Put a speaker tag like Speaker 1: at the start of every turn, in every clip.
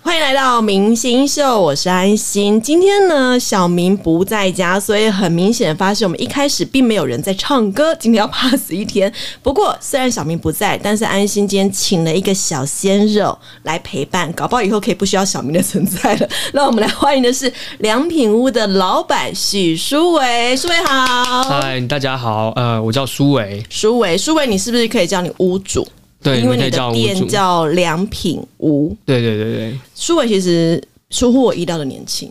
Speaker 1: 欢迎来到明星秀，我是安心。今天呢，小明不在家，所以很明显发现我们一开始并没有人在唱歌，今天要 pass 一天。不过虽然小明不在，但是安心今天请了一个小鲜肉来陪伴，搞不好以后可以不需要小明的存在了。让我们来欢迎的是良品屋的老板许书伟，书伟好，
Speaker 2: 嗨，大家好，呃，我叫苏伟，
Speaker 1: 书伟，书伟，你是不是可以叫你屋主？
Speaker 2: 对，
Speaker 1: 因为你
Speaker 2: 你可以叫
Speaker 1: 的
Speaker 2: 我屋
Speaker 1: 店
Speaker 2: 主。
Speaker 1: 叫良品屋。
Speaker 2: 对对对对，
Speaker 1: 舒伟其实出乎我意料的年轻，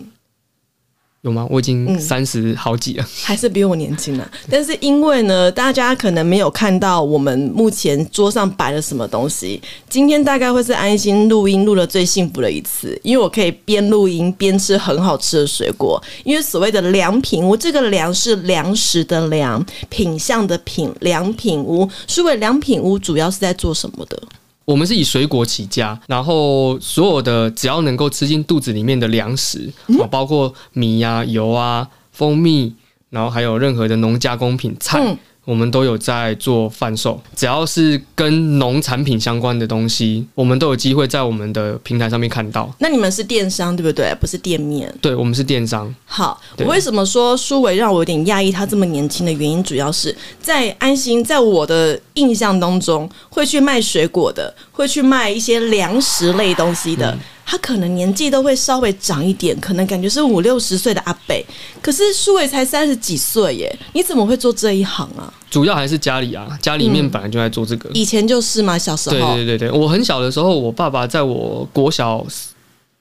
Speaker 2: 有吗？我已经三十好几了，
Speaker 1: 还是比我年轻啊。但是因为呢，大家可能没有看到我们目前桌上摆了什么东西。今天大概会是安心录音录的最幸福的一次，因为我可以边录音边吃很好吃的水果。因为所谓的良品屋，这个良是粮食的粮，品相的品，良品屋。舒伟良品屋主要是在做什么的？
Speaker 2: 我们是以水果起家，然后所有的只要能够吃进肚子里面的粮食，哦，包括米呀、油啊、蜂蜜，然后还有任何的农加工品菜。
Speaker 1: 嗯
Speaker 2: 我们都有在做贩售，只要是跟农产品相关的东西，我们都有机会在我们的平台上面看到。
Speaker 1: 那你们是电商对不对？不是店面。
Speaker 2: 对，我们是电商，
Speaker 1: 好，我
Speaker 2: 对
Speaker 1: 为什么说舒伟让我有点讶异，他这么年轻的原因，主要是在安心，在我的印象当中，会去卖水果的，会去卖一些粮食类东西的，
Speaker 2: 嗯
Speaker 1: 他可能年纪都会稍微长一点，可能感觉是五六十岁的阿伯，可是舒伟才三十几岁耶，你怎么会做这一行啊？
Speaker 2: 主要还是家里啊，家里面本来就在做这个。
Speaker 1: 以前就是嘛，小时候，
Speaker 2: 对对对对，我很小的时候，我爸爸在我国小四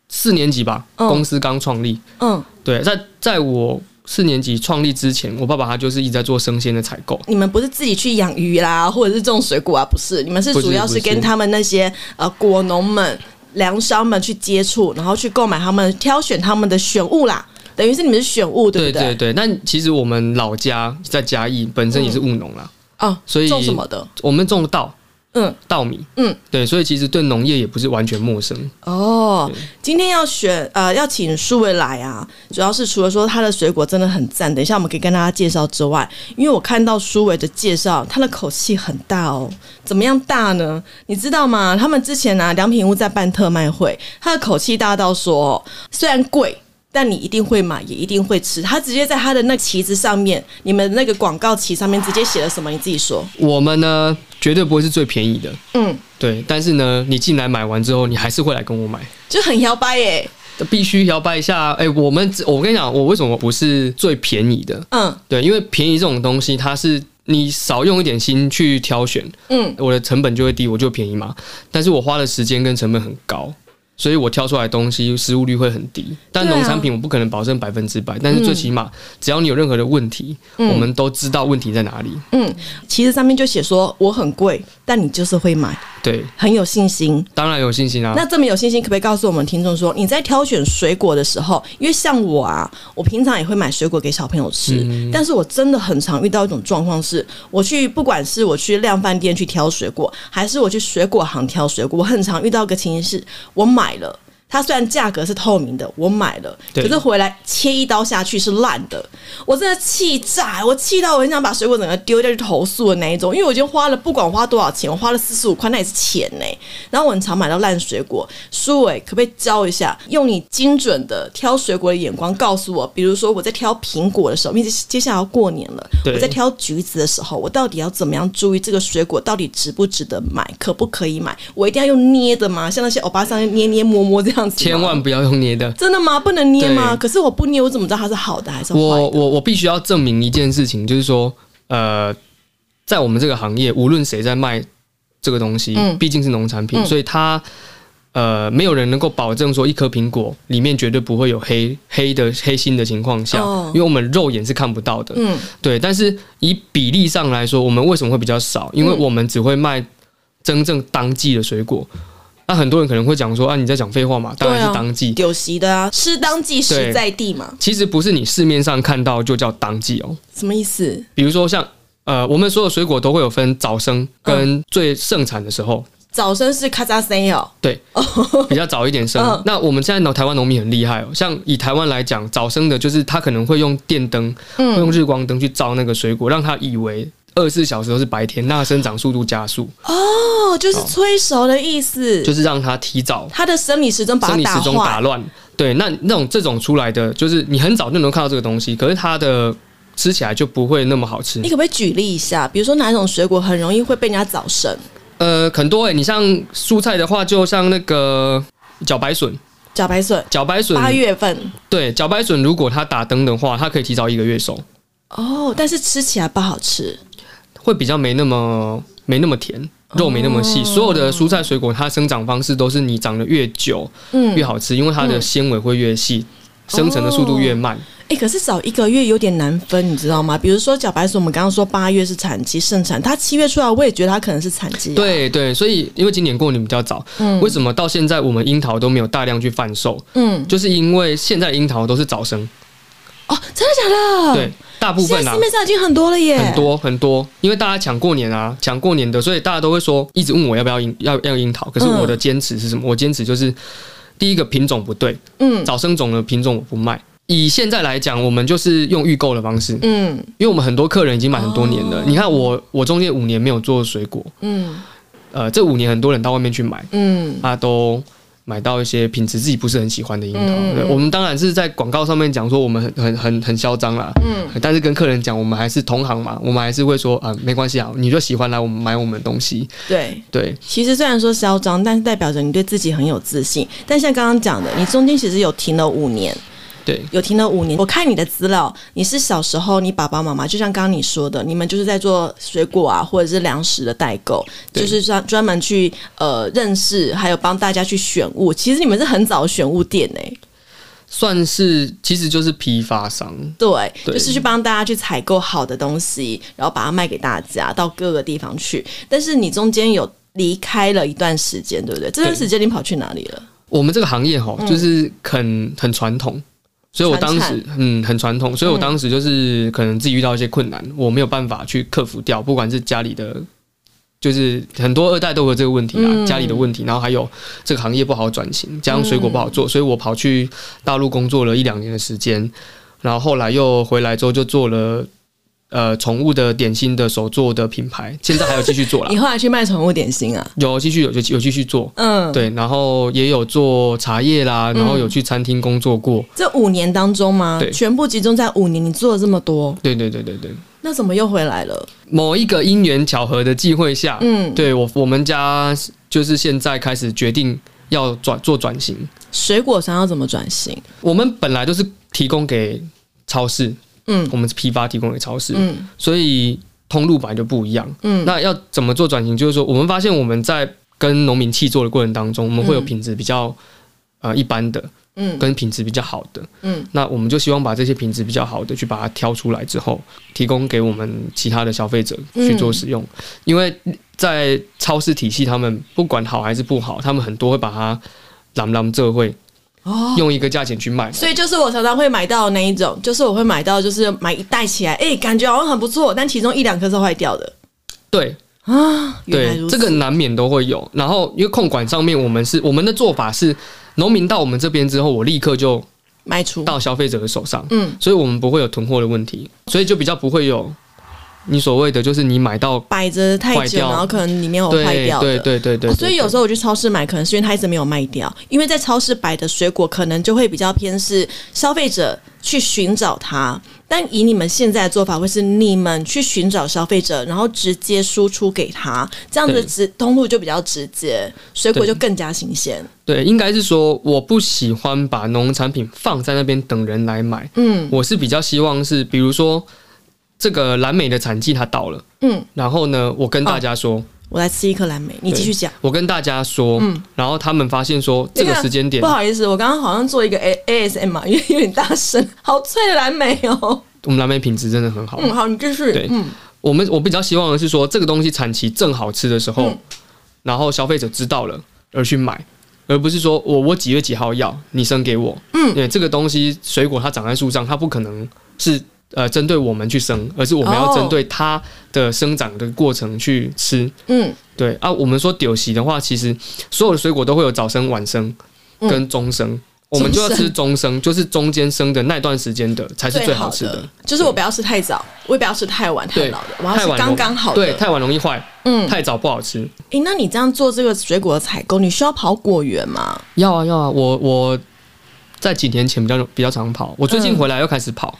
Speaker 2: 四年级吧，
Speaker 1: 嗯
Speaker 2: 公司刚创立。
Speaker 1: 嗯，
Speaker 2: 对，在在我四年级创立之前，我爸爸他就是一直在做生鲜的采购。
Speaker 1: 你们不是自己去养鱼啦，或者是种水果啊？不是，你们是
Speaker 2: 不是
Speaker 1: 主要
Speaker 2: 不
Speaker 1: 是
Speaker 2: 是
Speaker 1: 跟他们那些呃果农们、粮商们去接触，然后去购买他们、挑选他们的选物啦。等于是你们是选物，对
Speaker 2: 对
Speaker 1: 不
Speaker 2: 对对，但其实我们老家在嘉义本身也是务农啦，
Speaker 1: 哦，
Speaker 2: 所以
Speaker 1: 种什么的？
Speaker 2: 我们种稻
Speaker 1: 嗯，
Speaker 2: 稻米，
Speaker 1: 嗯，
Speaker 2: 对，所以其实对农业也不是完全陌生。
Speaker 1: 哦，今天要选呃要请舒伟来啊，主要是除了说他的水果真的很赞，等一下我们可以跟大家介绍之外，因为我看到舒伟的介绍，他的口气很大哦，怎么样大呢？你知道吗？他们之前啊，良品屋在办特卖会，他的口气大到说、哦，虽然贵。但你一定会买，也一定会吃。他直接在他的那旗子上面，你们那个广告旗上面直接写了什么？你自己说。
Speaker 2: 我们呢，绝对不会是最便宜的，
Speaker 1: 嗯，
Speaker 2: 对，但是呢，你进来买完之后，你还是会来跟我买。
Speaker 1: 就很摇摆耶、
Speaker 2: 必须摇摆一下。哎、我们只我跟你讲，我为什么不是最便宜的？
Speaker 1: 嗯
Speaker 2: 对，因为便宜这种东西，它是你少用一点心去挑选，
Speaker 1: 嗯，
Speaker 2: 我的成本就会低，我就便宜嘛。但是我花的时间跟成本很高。所以我挑出来的东西失误率会很低，但
Speaker 1: 对啊嗯
Speaker 2: 农产品我不可能保证百分之百，但是最起码只要你有任何的问题，我们都知道问题在哪里。
Speaker 1: 旗嗯子上面就写说我很贵，但你就是会买。
Speaker 2: 对，
Speaker 1: 很有信心。
Speaker 2: 当然有信心啊。
Speaker 1: 那这么有信心，可不可以告诉我们听众说，你在挑选水果的时候，因为像我啊，我平常也会买水果给小朋友吃，但是我真的很常遇到一种状况是，我去不管是我去量贩店去挑水果，还是我去水果行挑水果，我很常遇到一个情形是，我买了。它虽然价格是透明的，我买了，
Speaker 2: 对
Speaker 1: 可是回来切一刀下去是烂的，我真的气炸，我气到我很想把水果整个丢掉去投诉的那一种，因为我已经花了不管花多少钱，我花了四十五块，那也是钱呢、然后我很常买到烂水果，舒伟可不可以教一下，用你精准的挑水果的眼光告诉我，比如说我在挑苹果的时候，因为接下来要过年了，
Speaker 2: 对
Speaker 1: 我在挑橘子的时候，我到底要怎么样注意这个水果到底值不值得买，可不可以买？我一定要用捏的吗？像那些欧巴桑捏捏摸摸这样子吗？
Speaker 2: 千万不要用捏的，
Speaker 1: 真的吗？不能捏吗？
Speaker 2: 对
Speaker 1: 可是我不捏，我怎么知道它是好的还是坏
Speaker 2: 我
Speaker 1: 的？
Speaker 2: 我我必须要证明一件事情，就是说，呃，在我们这个行业，无论谁在卖这个东西，
Speaker 1: 嗯
Speaker 2: 毕竟是农产品，
Speaker 1: 嗯
Speaker 2: 所以它呃，没有人能够保证说一颗苹果里面绝对不会有黑黑的黑心的情况下，
Speaker 1: 哦
Speaker 2: 因为我们肉眼是看不到的。
Speaker 1: 嗯，
Speaker 2: 对，但是以比例上来说，我们为什么会比较少？因为
Speaker 1: 嗯
Speaker 2: 我们只会卖真正当季的水果。那很多人可能会讲说啊，你在讲废话嘛？当然
Speaker 1: 对啊
Speaker 2: 是当季。
Speaker 1: 有席的啊，适当即时
Speaker 2: 对
Speaker 1: 在地嘛，
Speaker 2: 其实不是你市面上看到就叫当季哦，
Speaker 1: 什么意思？
Speaker 2: 比如说像呃，我们所有水果都会有分早
Speaker 1: 嗯
Speaker 2: 生跟最盛产的时候，
Speaker 1: 早生是咔嚓声哦，
Speaker 2: 对，比较早一点生。
Speaker 1: 嗯
Speaker 2: 那我们现在农台湾农民很厉害哦，像以台湾来
Speaker 1: 嗯
Speaker 2: 讲，早生的就是他可能会用电灯、会用日光灯去照那个水果，让他以为。二十四小时都是白天，那生长速度加速，
Speaker 1: 哦，就是催熟的意思，
Speaker 2: 就是让它提早
Speaker 1: 他的生理时钟把它
Speaker 2: 生理时
Speaker 1: 打
Speaker 2: 钟打
Speaker 1: 坏，
Speaker 2: 乱。对，那那种这种出来的，就是你很早就能看到这个东西，可是它的吃起来就不会那么好吃
Speaker 1: 你。可不可以举例一下？比如说哪一种水果很容易会被人家早生？
Speaker 2: 呃，很多诶、你像蔬菜的话，就像那个茭白笋，
Speaker 1: 茭白笋，
Speaker 2: 茭白笋
Speaker 1: 八月份
Speaker 2: 对茭白笋，如果它打灯的话，它可以提早一个月熟，
Speaker 1: 哦，但是吃起来不好吃，
Speaker 2: 会比较没那么没那么甜，肉没那么
Speaker 1: 哦
Speaker 2: 细。所有的蔬菜水果，它生长方式都是你长得越久
Speaker 1: 嗯，
Speaker 2: 越好吃，因为它的纤维会越细，生成的速度越慢。
Speaker 1: 哎、可是早一个月有点难分，你知道吗？比如说茭白笋，我们刚刚说八月是产期盛产，它七月出来，我也觉得它可能是产期、，啊
Speaker 2: 对对，所以因为今年过年比较早，
Speaker 1: 嗯
Speaker 2: 为什么到现在我们樱桃都没有大量去贩售？
Speaker 1: 嗯，
Speaker 2: 就是因为现在的樱桃都是早生，
Speaker 1: 哦，真的假的？
Speaker 2: 对，，大部
Speaker 1: 现
Speaker 2: 分
Speaker 1: 在
Speaker 2: 啊
Speaker 1: 市。面上已经很多了耶，
Speaker 2: 很多很多，因为大家抢过年啊，抢过年的，所以大家都会说，一直问我要不要樱要要樱桃。可是
Speaker 1: 嗯
Speaker 2: 我的坚持是什么？我坚持就是第一个品种不对，
Speaker 1: 嗯
Speaker 2: 早生种的品种我不卖。以现在来讲，我们就是用预购的方式，因
Speaker 1: 嗯
Speaker 2: 为我们很多客人已经买很多年了。
Speaker 1: 哦
Speaker 2: 你看我，我中间五年没有做水果，
Speaker 1: 嗯
Speaker 2: 呃，这五年很多人到外面去买，
Speaker 1: 嗯，
Speaker 2: 他都买到一些品质自己不是很喜欢的樱桃。
Speaker 1: 嗯嗯
Speaker 2: 对，
Speaker 1: 嗯
Speaker 2: 我们当然是在广告上面讲说我们很很很很嚣张啦，嗯，但是跟客人讲我们还是同行嘛，我们还是会说啊、没关系啊，你就喜欢来我们买我们的东西，
Speaker 1: 对。
Speaker 2: 对，
Speaker 1: 其实虽然说嚣张，但是代表着你对自己很有自信。但像刚刚讲的，你中间其实有停了五年，
Speaker 2: 对，
Speaker 1: 有停了五年。我看你的资料，你是小时候你爸爸妈妈，就像刚刚你说的，你们就是在做水果啊或者是粮食的代购，
Speaker 2: 对
Speaker 1: 就是专专门去呃认识，还有帮大家去选物。其实你们是很早的选物店欸诶、
Speaker 2: 算是其实就是批发商，
Speaker 1: 对，
Speaker 2: 对
Speaker 1: 就是去帮大家去采购好的东西，然后把它卖给大家，到各个地方去。但是你中间有离开了一段时间，对不对？这段时间你跑去哪里了？
Speaker 2: 我们这个行业哈，就是很很传统。所以我当
Speaker 1: 传
Speaker 2: 时嗯很传统，所以我当时就是可能自己遇到一些困难，我没有办法去克服掉，不管是家里的，就是很多二代都有这个问题啦，啊家里的问题，然后还有这个行业不好转型，加上水果不好做，所以我跑去大陆工作了一两年的时间，然后后来又回来之后就做了呃宠物的点心的手做的品牌，现 在还有继续做啦
Speaker 1: 你，后来去卖宠物点心啊？
Speaker 2: 有继续有有有继续做，
Speaker 1: 嗯，
Speaker 2: 对，然后也有做茶叶啦，然后有去餐厅工作过。
Speaker 1: 这五年当中吗？
Speaker 2: 对
Speaker 1: 全部集中在五年，你做了这么多，
Speaker 2: 对对对对对，
Speaker 1: 那怎么又回来了？
Speaker 2: 某一个因缘巧合的机会下，
Speaker 1: 嗯，
Speaker 2: 对我我们家就是现在开始决定要转做转型。
Speaker 1: 水果商要怎么转型？
Speaker 2: 我们本来都是提供给超市，
Speaker 1: 嗯
Speaker 2: 我们是批发提供给超市，
Speaker 1: 嗯
Speaker 2: 所以通路本来就不一样。
Speaker 1: 嗯
Speaker 2: 那要怎么做转型？就是说，我们发现我们在跟农民契作的过程当中，我们会有
Speaker 1: 嗯
Speaker 2: 品质比较呃一般的，
Speaker 1: 嗯
Speaker 2: 跟品质比较好的，
Speaker 1: 嗯，
Speaker 2: 那我们就希望把这些品质比较好的去把它挑出来之后，提供给我们其他的消费者
Speaker 1: 嗯
Speaker 2: 去做使用，因为在超市体系，他们不管好还是不好，他们很多会把它。朗朗这会
Speaker 1: 哦。
Speaker 2: 用一个价钱去卖，
Speaker 1: 所以就是我常常会买到的那一种，就是我会买到，就是买一袋起来，哎、感觉好像很不错，但其中一两颗是坏掉的
Speaker 2: 对
Speaker 1: 啊。原来
Speaker 2: 对
Speaker 1: 如，此，
Speaker 2: 这个难免都会有。然后因为控管上面，我们是我们的做法是，农民到我们这边之后，我立刻就
Speaker 1: 卖出，
Speaker 2: 到消费者的手上，
Speaker 1: 嗯，
Speaker 2: 所以我们不会有囤货的问题，所以就比较不会有你所谓的就是你买到
Speaker 1: 摆着太
Speaker 2: 坏
Speaker 1: 久，
Speaker 2: 掉
Speaker 1: 然后可能里面有
Speaker 2: 对
Speaker 1: 哦坏掉的，
Speaker 2: 对对对对
Speaker 1: 哦所以有时
Speaker 2: 候
Speaker 1: 候我去超市买，可能是因为它一直没有卖掉，因为在超市摆的水果可能就会比较偏是消费者去寻找它，但以你们现在的做法，会是你们去寻找消费者，然后直接输出给他，这样子
Speaker 2: 对
Speaker 1: 直通路就比较直接，水果就
Speaker 2: 对
Speaker 1: 更加新鲜。
Speaker 2: 对，应该是说我不喜欢把农产品放在那边等人来买，
Speaker 1: 嗯
Speaker 2: 我是比较希望是，比如说这个蓝莓的产季它到了，
Speaker 1: 嗯，
Speaker 2: 然后呢，我跟大家说，
Speaker 1: 我来吃一颗蓝莓，你继续讲。嗯哎
Speaker 2: 我跟大家说，然后他们发现说这个时间点
Speaker 1: 不，好意思，我刚刚好像做一个 A A S M 啊，因为有点大声，好脆的蓝莓哦。
Speaker 2: 我们蓝莓品质真的很好，
Speaker 1: 嗯，好，你继续。
Speaker 2: 对
Speaker 1: 嗯
Speaker 2: 我们我比较希望的是说，这个东西产期正好吃的时候，
Speaker 1: 嗯
Speaker 2: 然后消费者知道了而去买，而不是说我我几月几号要你生给我，
Speaker 1: 嗯
Speaker 2: 因为这个东西水果它长在树上，它不可能是呃针对我们去生，而是我们要
Speaker 1: 哦
Speaker 2: 针对它的生长的过程去吃。
Speaker 1: 嗯
Speaker 2: 对啊，我们说丢席的话，其实所有的水果都会有早生、晚生
Speaker 1: 嗯
Speaker 2: 跟中生。我们就要吃中生，就是中间生的那段时间的才是最好吃的。
Speaker 1: 就是我不要吃太早，我也不要吃太晚太
Speaker 2: 对
Speaker 1: 老的，我要吃
Speaker 2: 晚
Speaker 1: 刚
Speaker 2: 容
Speaker 1: 刚好的。
Speaker 2: 对，太晚容易坏，
Speaker 1: 嗯，
Speaker 2: 太早不好吃。
Speaker 1: 诶，那你这样做这个水果的采购，你需要跑果园吗？
Speaker 2: 要啊要啊，我我在几年前比较比较常跑，我最近
Speaker 1: 嗯
Speaker 2: 回来又开始跑。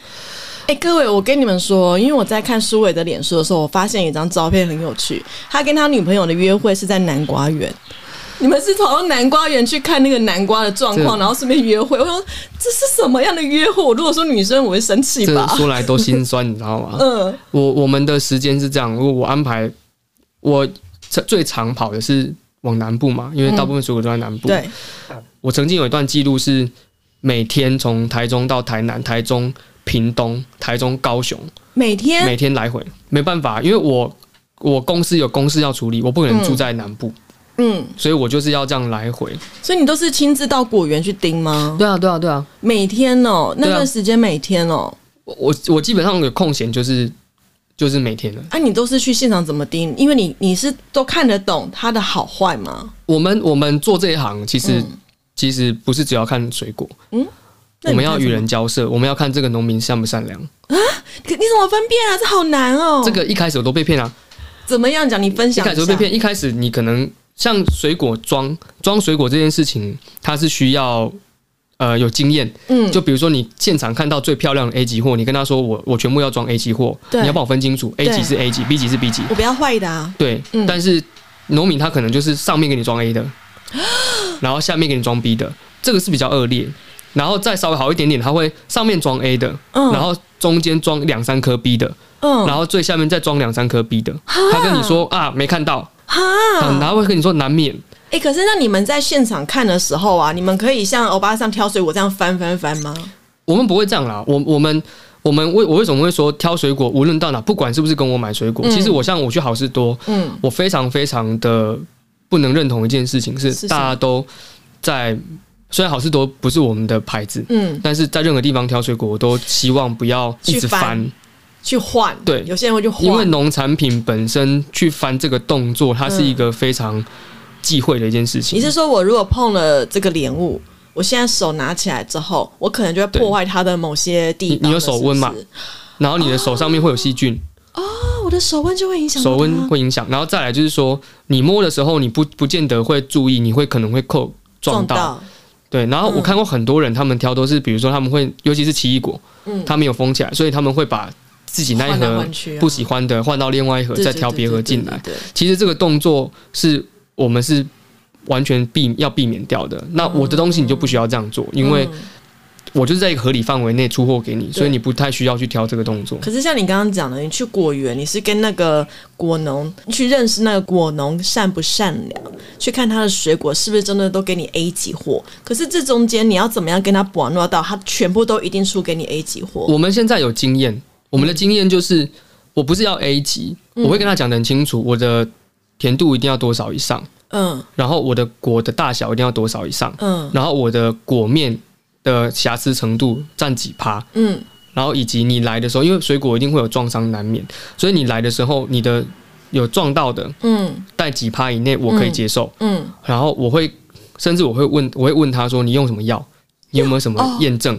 Speaker 1: 哎、各位，我跟你们说，因为我在看苏伟的脸书的时候，我发现一张照片很有趣，他跟他女朋友的约会是在南瓜园。你们是跑到南瓜园去看那个南瓜的状况，
Speaker 2: 这
Speaker 1: 然后顺便约会。我想这是什么样的约会？我如果说女生，我会生气
Speaker 2: 这
Speaker 1: 吧。
Speaker 2: 说来都心酸，你知道吗？
Speaker 1: 嗯
Speaker 2: 我我们的时间是这样，如果我安排我最最常跑的是往南部嘛，因为大部分水果都在南部。
Speaker 1: 对，
Speaker 2: 我曾经有一段记录是每天从台中到台南、台中、屏东、台中、高雄，
Speaker 1: 每天
Speaker 2: 每天来回，没办法，因为我我公司有公事要处理，我不可能住在南部，
Speaker 1: 嗯，
Speaker 2: 所以我就是要这样来回。
Speaker 1: 所以你都是亲自到果园去盯吗？
Speaker 2: 对啊，对啊，对啊，
Speaker 1: 每天哦、那
Speaker 2: 对啊
Speaker 1: 段时间每天哦、
Speaker 2: 我我我基本上有空闲就是就是每天了。
Speaker 1: 啊，你都是去现场怎么盯？因为你你是都看得懂它的好坏吗？
Speaker 2: 我们我们做这一行，其实、其实不是只要看水果，
Speaker 1: 嗯那
Speaker 2: 我
Speaker 1: 你
Speaker 2: 们要
Speaker 1: 看什
Speaker 2: 与
Speaker 1: 么哦
Speaker 2: 人交涉，我们要看这个农民善不善良。
Speaker 1: 可你怎么分辨啊？这好难哦。
Speaker 2: 这个一开始我都被骗啊，
Speaker 1: 怎么样讲？你分
Speaker 2: 一
Speaker 1: 享
Speaker 2: 开
Speaker 1: 一
Speaker 2: 始
Speaker 1: 下。
Speaker 2: 都被骗。一开始你可能像水果装装水果这件事情，它是需要呃有经验。
Speaker 1: 嗯，
Speaker 2: 就比如说你现场看到最漂亮的 A 级货，你跟他说我我全部要装 A 级货，
Speaker 1: 对
Speaker 2: 你要帮我分清楚 A
Speaker 1: 对
Speaker 2: 级是 A 级，B 级是 B 级。
Speaker 1: 我不要坏的啊。
Speaker 2: 对，
Speaker 1: 嗯
Speaker 2: 但是农民他可能就是上面给你装 A 的，然后下面给你装 B 的，这个是比较恶劣。然后再稍微好一点点，他会上面装 A 的，
Speaker 1: 嗯，
Speaker 2: 然后中间装两三颗 B 的，
Speaker 1: 嗯，
Speaker 2: 然后最下面再装两三颗 B 的。他跟你说啊，没看到，嗯然
Speaker 1: 哈，
Speaker 2: 后会跟你说难免。
Speaker 1: 哎，可是那你们在现场看的时候啊，你们可以像欧巴桑挑水果这样翻翻翻吗？
Speaker 2: 我们不会这样啦，我我们我们为我为什么会说挑水果，无论到哪，不管是不是跟我买水果，
Speaker 1: 嗯
Speaker 2: 其实我像我去好事多，
Speaker 1: 嗯，
Speaker 2: 我非常非常的不能认同一件事情是
Speaker 1: 是什么
Speaker 2: 大家都在，虽然好事多不是我们的牌子，
Speaker 1: 嗯，
Speaker 2: 但是在任何地方挑水果，我都希望不要一直
Speaker 1: 去翻
Speaker 2: 翻，
Speaker 1: 去换。
Speaker 2: 对
Speaker 1: 有些人会去换。
Speaker 2: 因为农产品本身去翻这个动作，它是一个非常忌讳的一件事情。
Speaker 1: 你是说我如果碰了这个莲雾，我现在手拿起来之后，我可能就会破坏它的某些地方
Speaker 2: 你你有
Speaker 1: 了
Speaker 2: 手温嘛
Speaker 1: 是不是
Speaker 2: 然后你的手上面会有细菌，
Speaker 1: 啊，我的手温就会影响到
Speaker 2: 手温
Speaker 1: 它
Speaker 2: 会影响，然后再来就是说，你摸的时候你不不见得会注意，你会可能会扣撞
Speaker 1: 撞
Speaker 2: 到，对。然
Speaker 1: 嗯
Speaker 2: 后我看过很多人，他们挑都是，比如说他们会，尤其是奇异果，
Speaker 1: 嗯，
Speaker 2: 它没有封起来，所以他们会把自己那一
Speaker 1: 换来
Speaker 2: 盒
Speaker 1: 换去啊
Speaker 2: 不喜欢的换到另外一盒，
Speaker 1: 对
Speaker 2: 再
Speaker 1: 对
Speaker 2: 挑
Speaker 1: 对
Speaker 2: 别
Speaker 1: 对
Speaker 2: 盒
Speaker 1: 对
Speaker 2: 进
Speaker 1: 对
Speaker 2: 来。
Speaker 1: 对
Speaker 2: 其实这个动作是我们是完全避要避免掉的。那我的东西你就不需要这样做，因为
Speaker 1: 嗯
Speaker 2: 我就是在一个合理范围内出货给你，所以你不太需要去挑这个动作。
Speaker 1: 可是像你刚刚讲的，你去果园，你是跟那个果农去认识那个果农善不善良，去看他的水果是不是真的都给你 A 级货。可是这中间你要怎么样跟他把握到，他全部都一定输给你 A 级货？
Speaker 2: 我们现在有经验，我们的经验就是，我不是要 A 级，
Speaker 1: 嗯
Speaker 2: 我会跟他讲得很清楚，我的甜度一定要多少以上，
Speaker 1: 嗯
Speaker 2: 然后我的果的大小一定要多少以上，
Speaker 1: 嗯
Speaker 2: 然后我的果面的瑕疵程度占几趴，
Speaker 1: 嗯，
Speaker 2: 然后以及你来的时候，因为水果一定会有撞伤难免，所以你来的时候，你的有撞到的
Speaker 1: 嗯
Speaker 2: 在几趴以内，我可以接受，
Speaker 1: 嗯，
Speaker 2: 然后我会甚至我会问，我会问他说你用什么药，你有没有什么验证，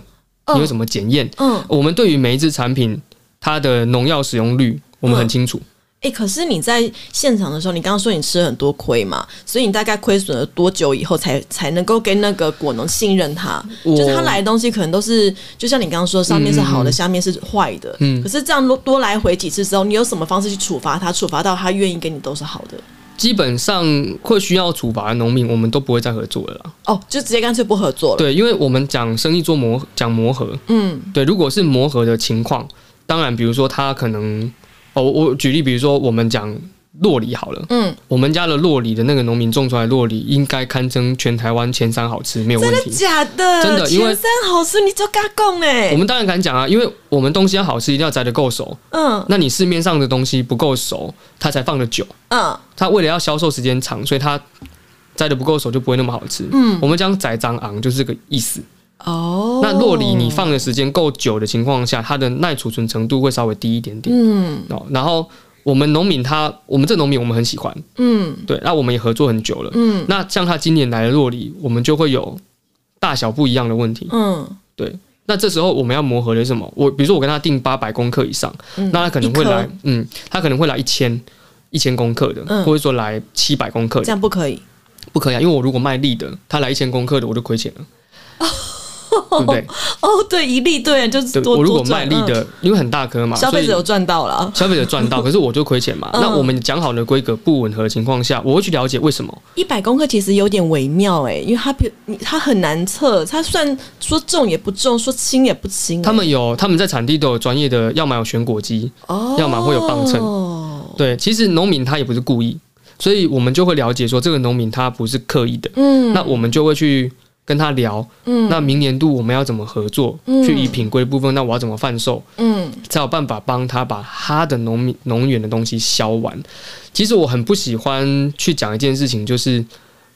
Speaker 2: 你有什么检验，
Speaker 1: 嗯，
Speaker 2: 我们对于每一只产品它的农药使用率，我们很清楚。
Speaker 1: 哎、可是你在现场的时候，你刚刚说你吃了很多亏嘛，所以你大概亏损了多久以后才才能够跟那个果农信任他？
Speaker 2: 我
Speaker 1: 就是他来的东西可能都是，就像你刚刚说，上面是好的，下面是坏的。
Speaker 2: 嗯
Speaker 1: 可是这样多多来回几次之后，你有什么方式去处罚他？处罚到他愿意给你都是好的？
Speaker 2: 基本上会需要处罚的农民，我们都不会再合作了啦。
Speaker 1: 哦，就直接干脆不合作了。
Speaker 2: 对，因为我们讲生意做磨讲磨合，
Speaker 1: 嗯
Speaker 2: 对，如果是磨合的情况，当然比如说他可能哦，我我举例，比如说我们讲洛梨好了，
Speaker 1: 嗯，
Speaker 2: 我们家的洛梨的那个农民种出来的洛梨，应该堪称全台湾前三好吃，没有问题。
Speaker 1: 嗯假的，
Speaker 2: 真的因为
Speaker 1: 前三好吃你就嘎供哎
Speaker 2: 我，们当然敢讲啊，因为我们东西要好吃，一定要摘得够熟。
Speaker 1: 嗯
Speaker 2: 那你市面上的东西不够熟，它才放得久。
Speaker 1: 嗯
Speaker 2: 它为了要销售时间长，所以它摘的不够熟就不会那么好吃。嗯，我们讲宰蟑昂就是这个意思。
Speaker 1: 哦，
Speaker 2: 那洛梨你放的时间够久的情况下，它的耐储存程度会稍微低一点点。
Speaker 1: 嗯
Speaker 2: 哦，然后我们农民他，我们这农民我们很喜欢，
Speaker 1: 嗯
Speaker 2: 对，那我们也合作很久了。
Speaker 1: 嗯
Speaker 2: 那像他今年来的洛梨，我们就会有大小不一样的问题。
Speaker 1: 嗯，
Speaker 2: 对，那这时候我们要磨合的是什么？我比如说我跟他定八百公克以上，那他可能会
Speaker 1: 一
Speaker 2: 来
Speaker 1: 颗，
Speaker 2: 嗯，他可能会来一千一千公克的，
Speaker 1: 嗯
Speaker 2: 或者说来七百公克
Speaker 1: 这
Speaker 2: 的，
Speaker 1: 样不可以。
Speaker 2: 不可以啊，因为我如果卖力的，他来一千公克的，我就亏 钱了。对不对？
Speaker 1: 哦，对，一粒对，就是
Speaker 2: 对，
Speaker 1: 多
Speaker 2: 我如果
Speaker 1: 多赚嗯
Speaker 2: 卖力的，因为很大颗嘛，
Speaker 1: 嗯消费者
Speaker 2: 所
Speaker 1: 有
Speaker 2: 以
Speaker 1: 赚到了，
Speaker 2: 消费者赚到，可是我就亏钱嘛。
Speaker 1: 嗯
Speaker 2: 那我们讲好的规格不吻合的情况下，我会去了解为什么。
Speaker 1: 一百公克其实有点微妙哎、因为它比你它很难测，它算说重也不重，说轻也不轻、欸
Speaker 2: 他们有他们在产地都有专业的，要么有选果机，
Speaker 1: 哦，
Speaker 2: 要么会有磅秤对，其实农民他也不是故意，所以我们就会了解说这个农民他不是刻意的，
Speaker 1: 嗯，
Speaker 2: 那我们就会去跟他聊，
Speaker 1: 嗯
Speaker 2: 那明年度我们要怎么合作，
Speaker 1: 嗯
Speaker 2: 去以品规部分，那我要怎么贩售，
Speaker 1: 嗯
Speaker 2: 才有办法帮他把他的农民农园的东西销完。其实我很不喜欢去讲一件事情，就是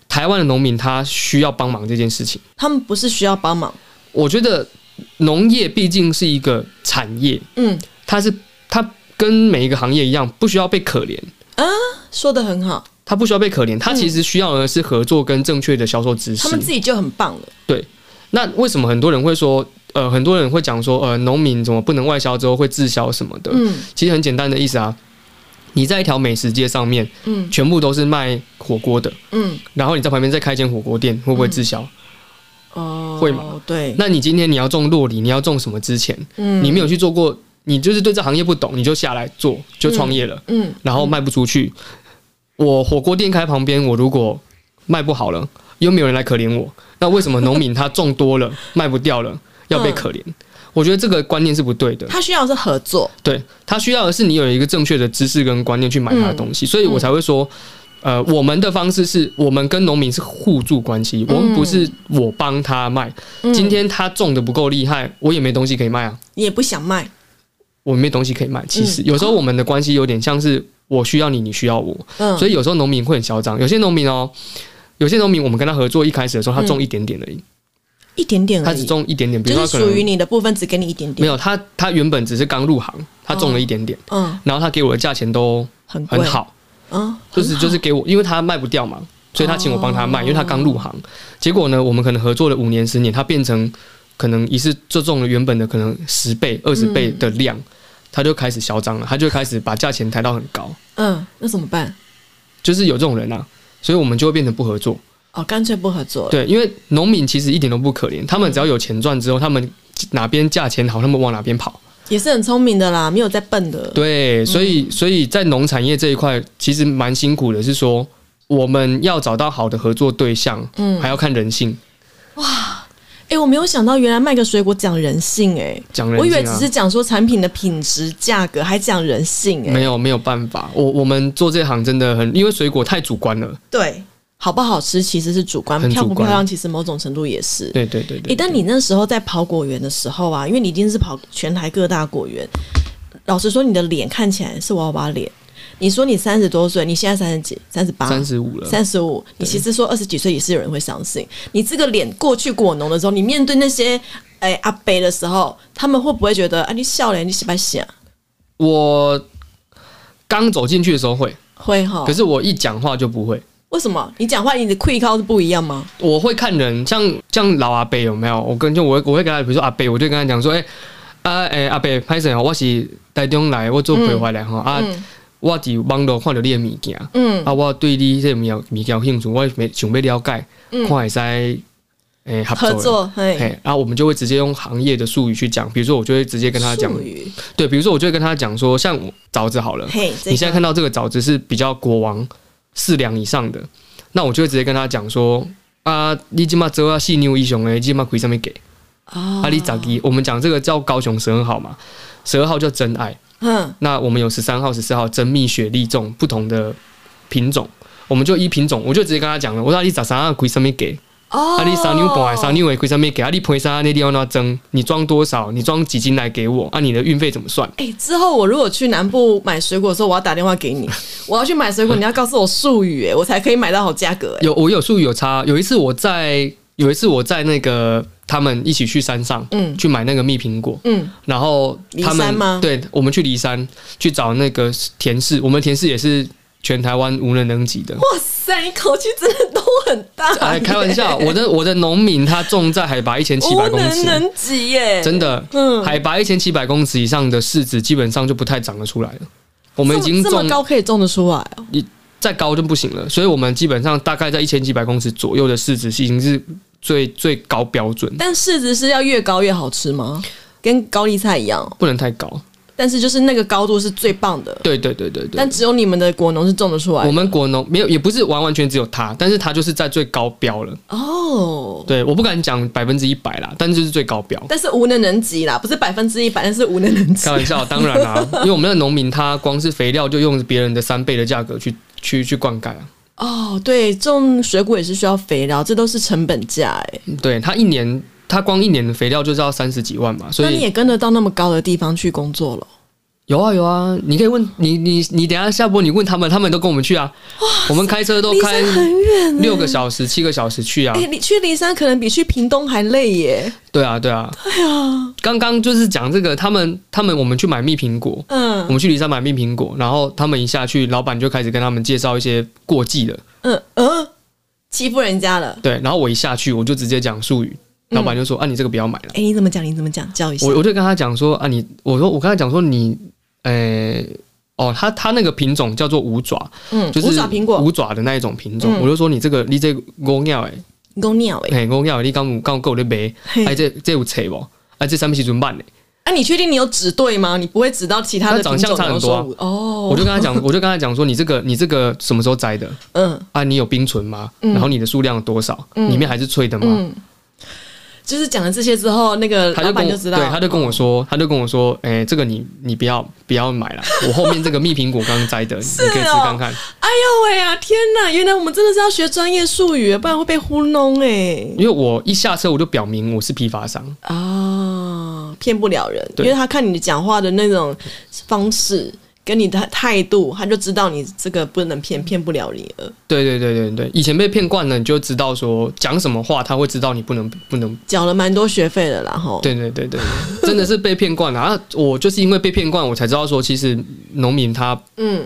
Speaker 2: 台湾的农民他需要帮忙这件事情。
Speaker 1: 他们不是需要帮忙，
Speaker 2: 我觉得农业毕竟是一个产业，
Speaker 1: 嗯，
Speaker 2: 它是它跟每一个行业一样，不需要被可怜。
Speaker 1: 啊说的很好，
Speaker 2: 它不需要被可怜，它其实需要的是合作跟正确的销售知识
Speaker 1: 嗯他。们自己就很棒了，
Speaker 2: 那为什么很多人会说，呃，很多人会讲说，呃，农民怎么不能外销之后会滞销什么的？
Speaker 1: 嗯
Speaker 2: 其实很简单的意思啊，你在一条美食街上面，
Speaker 1: 嗯
Speaker 2: 全部都是卖火锅的，
Speaker 1: 嗯，
Speaker 2: 然后你在旁边再开一间火锅店，会不会滞销？
Speaker 1: 哦，
Speaker 2: 会吗？
Speaker 1: 对，
Speaker 2: 那你今天你要种洛梨，你要种什么之前，
Speaker 1: 嗯
Speaker 2: 你没有去做过，你就是对这行业不懂，你就下来做，就创业了，
Speaker 1: 嗯
Speaker 2: 然后卖不出去。我火锅店开旁边，我如果卖不好了，又没有人来可怜我，那为什么农民他种多了卖不掉了，
Speaker 1: 嗯
Speaker 2: 要被可怜？我觉得这个观念是不对的，
Speaker 1: 他需要的是合作，
Speaker 2: 对他需要的是你有一个正确的知识跟观念去买
Speaker 1: 嗯
Speaker 2: 他的东西，所以我才会说，呃，我们的方式是我们跟农民是互助关系，我们不是我帮他卖，
Speaker 1: 嗯
Speaker 2: 今天他种的不够厉害，我也没东西可以卖啊，
Speaker 1: 你也不想卖，
Speaker 2: 我没东西可以
Speaker 1: 嗯
Speaker 2: 卖。其实有时候我们的关系有点像是我需要你，你需要我，
Speaker 1: 嗯，
Speaker 2: 所
Speaker 1: 以
Speaker 2: 以有时候农民会很嚣张，有些农民哦。有些农民，我们跟他合作，一开始的时候他种一点点而已，
Speaker 1: 一点点
Speaker 2: 他
Speaker 1: 而
Speaker 2: 只
Speaker 1: 已，
Speaker 2: 种一点点，比
Speaker 1: 嗯就
Speaker 2: 如
Speaker 1: 是
Speaker 2: 他可
Speaker 1: 属于
Speaker 2: 能
Speaker 1: 你的部分只给你一点点，
Speaker 2: 没，有他，他原本只是刚入行，他种了一点点，
Speaker 1: 嗯，
Speaker 2: 然后他给我的价钱都
Speaker 1: 很贵
Speaker 2: 很，好，
Speaker 1: 嗯，
Speaker 2: 就是就是给我，因为他卖不掉嘛，所以他请我帮他卖，因为他刚入行。结果呢，我们可能合作了五年、十年，他变成可能一次就中了原本的可能十倍、二十倍的量，他就开始嚣张了，他就开始把价钱抬到很高，
Speaker 1: 嗯，那怎么办？
Speaker 2: 就是有这种人啊。所以我们就会变成不合作，
Speaker 1: 哦，干脆不合作了，
Speaker 2: 对，因为农民其实一点都不可怜，他们只要有钱赚之后，他们哪边价钱好，他们往哪边跑。
Speaker 1: 也是很聪明的啦，没有在笨的，
Speaker 2: 对，所以所以在农产业这一块，其实蛮辛苦的，是说我们要找到好的合作对象，
Speaker 1: 嗯
Speaker 2: 还要看人性。
Speaker 1: 哎、我没有想到原来卖个水果讲人性哎、
Speaker 2: 讲人性啊
Speaker 1: 我以为只是讲说产品的品质、价格，还讲人性哎、
Speaker 2: 没有没有办法，我我们做这行真的很，因为水果太主观了。
Speaker 1: 对，好不好吃其实是主观，
Speaker 2: 很主
Speaker 1: 漂
Speaker 2: 观
Speaker 1: 不漂亮其实某种程度也是。
Speaker 2: 对对对
Speaker 1: 哎、
Speaker 2: 对，
Speaker 1: 但你那时候在跑果园的时候啊，因为你一定是跑全台各大果园，老实说，你的脸看起来是娃娃脸。你说你三十多岁，你现在三十几、三十八、
Speaker 2: 三十五了，
Speaker 1: 啊三十五，你其实说二十几岁也是有人会相信。你这个脸过去果农的时候，你面对那些哎、阿伯的时候，他们会不会觉得啊你笑脸你喜不喜啊？
Speaker 2: 我刚走进去的时候会，
Speaker 1: 会哈
Speaker 2: 可？是我一讲话就不会。
Speaker 1: 为什么？你讲话你的 quick call 是不一样吗？
Speaker 2: 我会看人，像像老阿伯有没有？我跟就我会我会跟他，比如说阿伯，我就跟他讲说，哎、啊哎、阿伯，拍谁我是台中来，我做陪回来吼、啊，
Speaker 1: 嗯
Speaker 2: 我伫网络看到你的物件，
Speaker 1: 嗯
Speaker 2: 啊，我对你这物件物件有兴趣，我想要了解，
Speaker 1: 嗯
Speaker 2: 看会使诶合
Speaker 1: 合
Speaker 2: 作的。
Speaker 1: 作嘿，
Speaker 2: 嘿，啊然后我们就会直接用行业的术语去讲，比如说我就会直接跟他讲
Speaker 1: 术，语
Speaker 2: 对，比如说我就会跟他讲说，像枣子好了，
Speaker 1: 嘿，
Speaker 2: 你现在看
Speaker 1: 到
Speaker 2: 到这个枣子是比较国王四两以上的，那我就会直接跟他讲说，啊，你今嘛折啊细牛英雄诶，今嘛以上面给，
Speaker 1: 啊
Speaker 2: 啊你咋给？我们讲这个叫高雄十二号嘛，十二号叫真爱，
Speaker 1: 嗯
Speaker 2: 那我们有十三号、十四号真蜜雪莉这种不同的品种。我们就依品种，我就直接跟他讲了，我说啊你咋啥亏上面给，
Speaker 1: 哦，
Speaker 2: 啊，你三牛半，三牛尾龟上面给啊，你赔啥？那地方那增，你装多少？你装几斤来给我？啊，你的运费怎么算？
Speaker 1: 哎、之后我如果去南部买水果的时候，我要打电话给 你，我要去买水果，你要告诉我术语，哎，我才可以买到好价 格，哎，
Speaker 2: 有我有数有差。有一次我在有一次我在那个他们一起去山上，
Speaker 1: 嗯
Speaker 2: 去买那个蜜苹果，
Speaker 1: 嗯，
Speaker 2: 然后他
Speaker 1: 梨山
Speaker 2: 们
Speaker 1: 吗
Speaker 2: 对，我们去骊山去找那个田氏，我们田氏也是全台湾无人能及的。
Speaker 1: 哇塞，你口气真的都很大、
Speaker 2: 哎，开玩笑，我的我的农民他种在海拔一千七百
Speaker 1: 哎无
Speaker 2: 公
Speaker 1: 能
Speaker 2: 尺，
Speaker 1: 能及耶，
Speaker 2: 真的，
Speaker 1: 嗯
Speaker 2: 海拔一千七百公尺以上的柿子基本上就不太长得出来了。我们已经嗯
Speaker 1: 这么这
Speaker 2: 种
Speaker 1: 么高可以种得出来哦，
Speaker 2: 再高就不行了，所以我们基本上大概在一千七百公尺左右的柿子已经是最最高标准，
Speaker 1: 但柿子是要越高越好吃吗？跟高丽菜一样哦，
Speaker 2: 不能太高。
Speaker 1: 但是就是那个高度是最棒的，
Speaker 2: 对对对对对
Speaker 1: 但。只有你们的果农是种得出来的。
Speaker 2: 我们果农没有，也不是完完全只有它，但是它就是在最高标了。
Speaker 1: 哦，
Speaker 2: 对，我不敢讲百分之一百啦，但是就是最高标。
Speaker 1: 但是无能能及啦，不是百分之一百，但是无能能及
Speaker 2: 开。玩笑，当 然啦、因为我们的农民他光是肥料就用别人的三倍的价格去去去灌溉啊。
Speaker 1: 哦，对，种水果也是需要肥料，这都是成本价哎。
Speaker 2: 对他一年，他光一年的肥料就是要三十几万嘛，所
Speaker 1: 那你
Speaker 2: 以
Speaker 1: 也跟得到那么高的地方去工作 了？
Speaker 2: 有啊有啊，你可以问你你你等一下下播你问他们，他们都跟我们去啊，我们开车都
Speaker 1: 离
Speaker 2: 开
Speaker 1: 山很远呢、
Speaker 2: 六个小时七个小时去啊
Speaker 1: 哎、，你去离山可能比去屏东还累耶。
Speaker 2: 对啊对啊，
Speaker 1: 哎呀，
Speaker 2: 刚刚就是讲这个，他们他们我们去买蜜苹果。我
Speaker 1: 嗯
Speaker 2: 们去离山买蜜苹果，然后他们一下去，老板就开始跟他们介绍一些过季的，
Speaker 1: 嗯嗯，欺负人家了。
Speaker 2: 对，然后我一下去我就直接讲术语，
Speaker 1: 嗯
Speaker 2: 老板就说、啊你这个不要买了。
Speaker 1: 哎、你怎么讲？你怎么讲？教一下
Speaker 2: 我。我就跟他讲说啊你，我说我跟他讲说你，诶、哦，他他那个品种叫做五爪，
Speaker 1: 嗯，
Speaker 2: 就是
Speaker 1: 五爪苹果，
Speaker 2: 五爪的那一种品种。
Speaker 1: 嗯
Speaker 2: 我就说你这个你这公鸟诶，
Speaker 1: 你给我尿哎。
Speaker 2: 嘿公鸟的你刚刚够咧卖，
Speaker 1: 嘿
Speaker 2: 哎这这有切无？哎这上面时准办的？
Speaker 1: 啊，你确定你有指对吗？你不会指到其他的
Speaker 2: 它长
Speaker 1: 品
Speaker 2: 相
Speaker 1: 种
Speaker 2: 差很多啊
Speaker 1: 然后说哦。
Speaker 2: 我就跟他讲， 我就跟他讲说你这个你这个什么时候摘的？
Speaker 1: 嗯
Speaker 2: 啊你有冰存吗？然后你的数量有多少？
Speaker 1: 嗯
Speaker 2: 里面还是脆的吗？
Speaker 1: 嗯，就是讲了这些之后，那个
Speaker 2: 他就
Speaker 1: 老
Speaker 2: 跟
Speaker 1: 板
Speaker 2: 我
Speaker 1: 就知道，哦
Speaker 2: 对，他就跟我说，他就跟我说，哎、这个你你不要不要买 了，我后面这个蜜苹果刚刚摘的，你
Speaker 1: 哦
Speaker 2: 可以吃看看。
Speaker 1: 哎呦喂啊！天哪，原来我们真的是要学专业术语，不然会被糊弄哎、
Speaker 2: 因为我一下车我就表明我是批发商，
Speaker 1: 啊，骗不了人，因
Speaker 2: 对
Speaker 1: 为他看你讲话的那种方式。跟你的态度，他就知道你这个不能骗，骗不了你了。
Speaker 2: 对对对对对，以前被骗惯了，你就知道说讲什么话他会知道你不能不能，
Speaker 1: 缴了蛮多学费了啦，吼。
Speaker 2: 对对对对，对真的是被骗惯了。啊，我就是因为被骗惯，我才知道说其实农民他
Speaker 1: 嗯，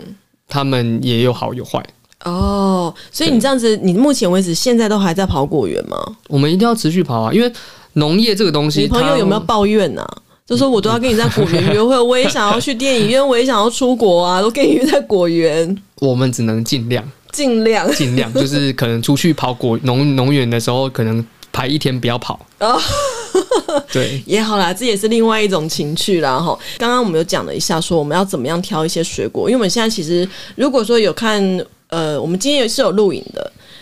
Speaker 2: 他们也有好有坏，
Speaker 1: 哦，所以
Speaker 2: 对
Speaker 1: 你这样子，你目前为止现在都还在跑果园吗？
Speaker 2: 我们一定要持续跑啊，因为农业这个东西，
Speaker 1: 你朋友
Speaker 2: 它
Speaker 1: 有没有抱怨呢、啊？就说我都要跟你在果园约会， 我也想要去电影院，我也想要出国啊，都跟你约在果园，
Speaker 2: 我们只能尽量
Speaker 1: 尽量。
Speaker 2: 尽量，就是可能出去跑果农农园的时候，可能排一天不要跑。
Speaker 1: 哦
Speaker 2: 对，
Speaker 1: 也好啦，这也是另外一种情趣啦哈。刚刚我们有讲了一下，说我们要怎么样挑一些水果，因为我们现在其实如果说有看，呃，我们今天也是有录影的。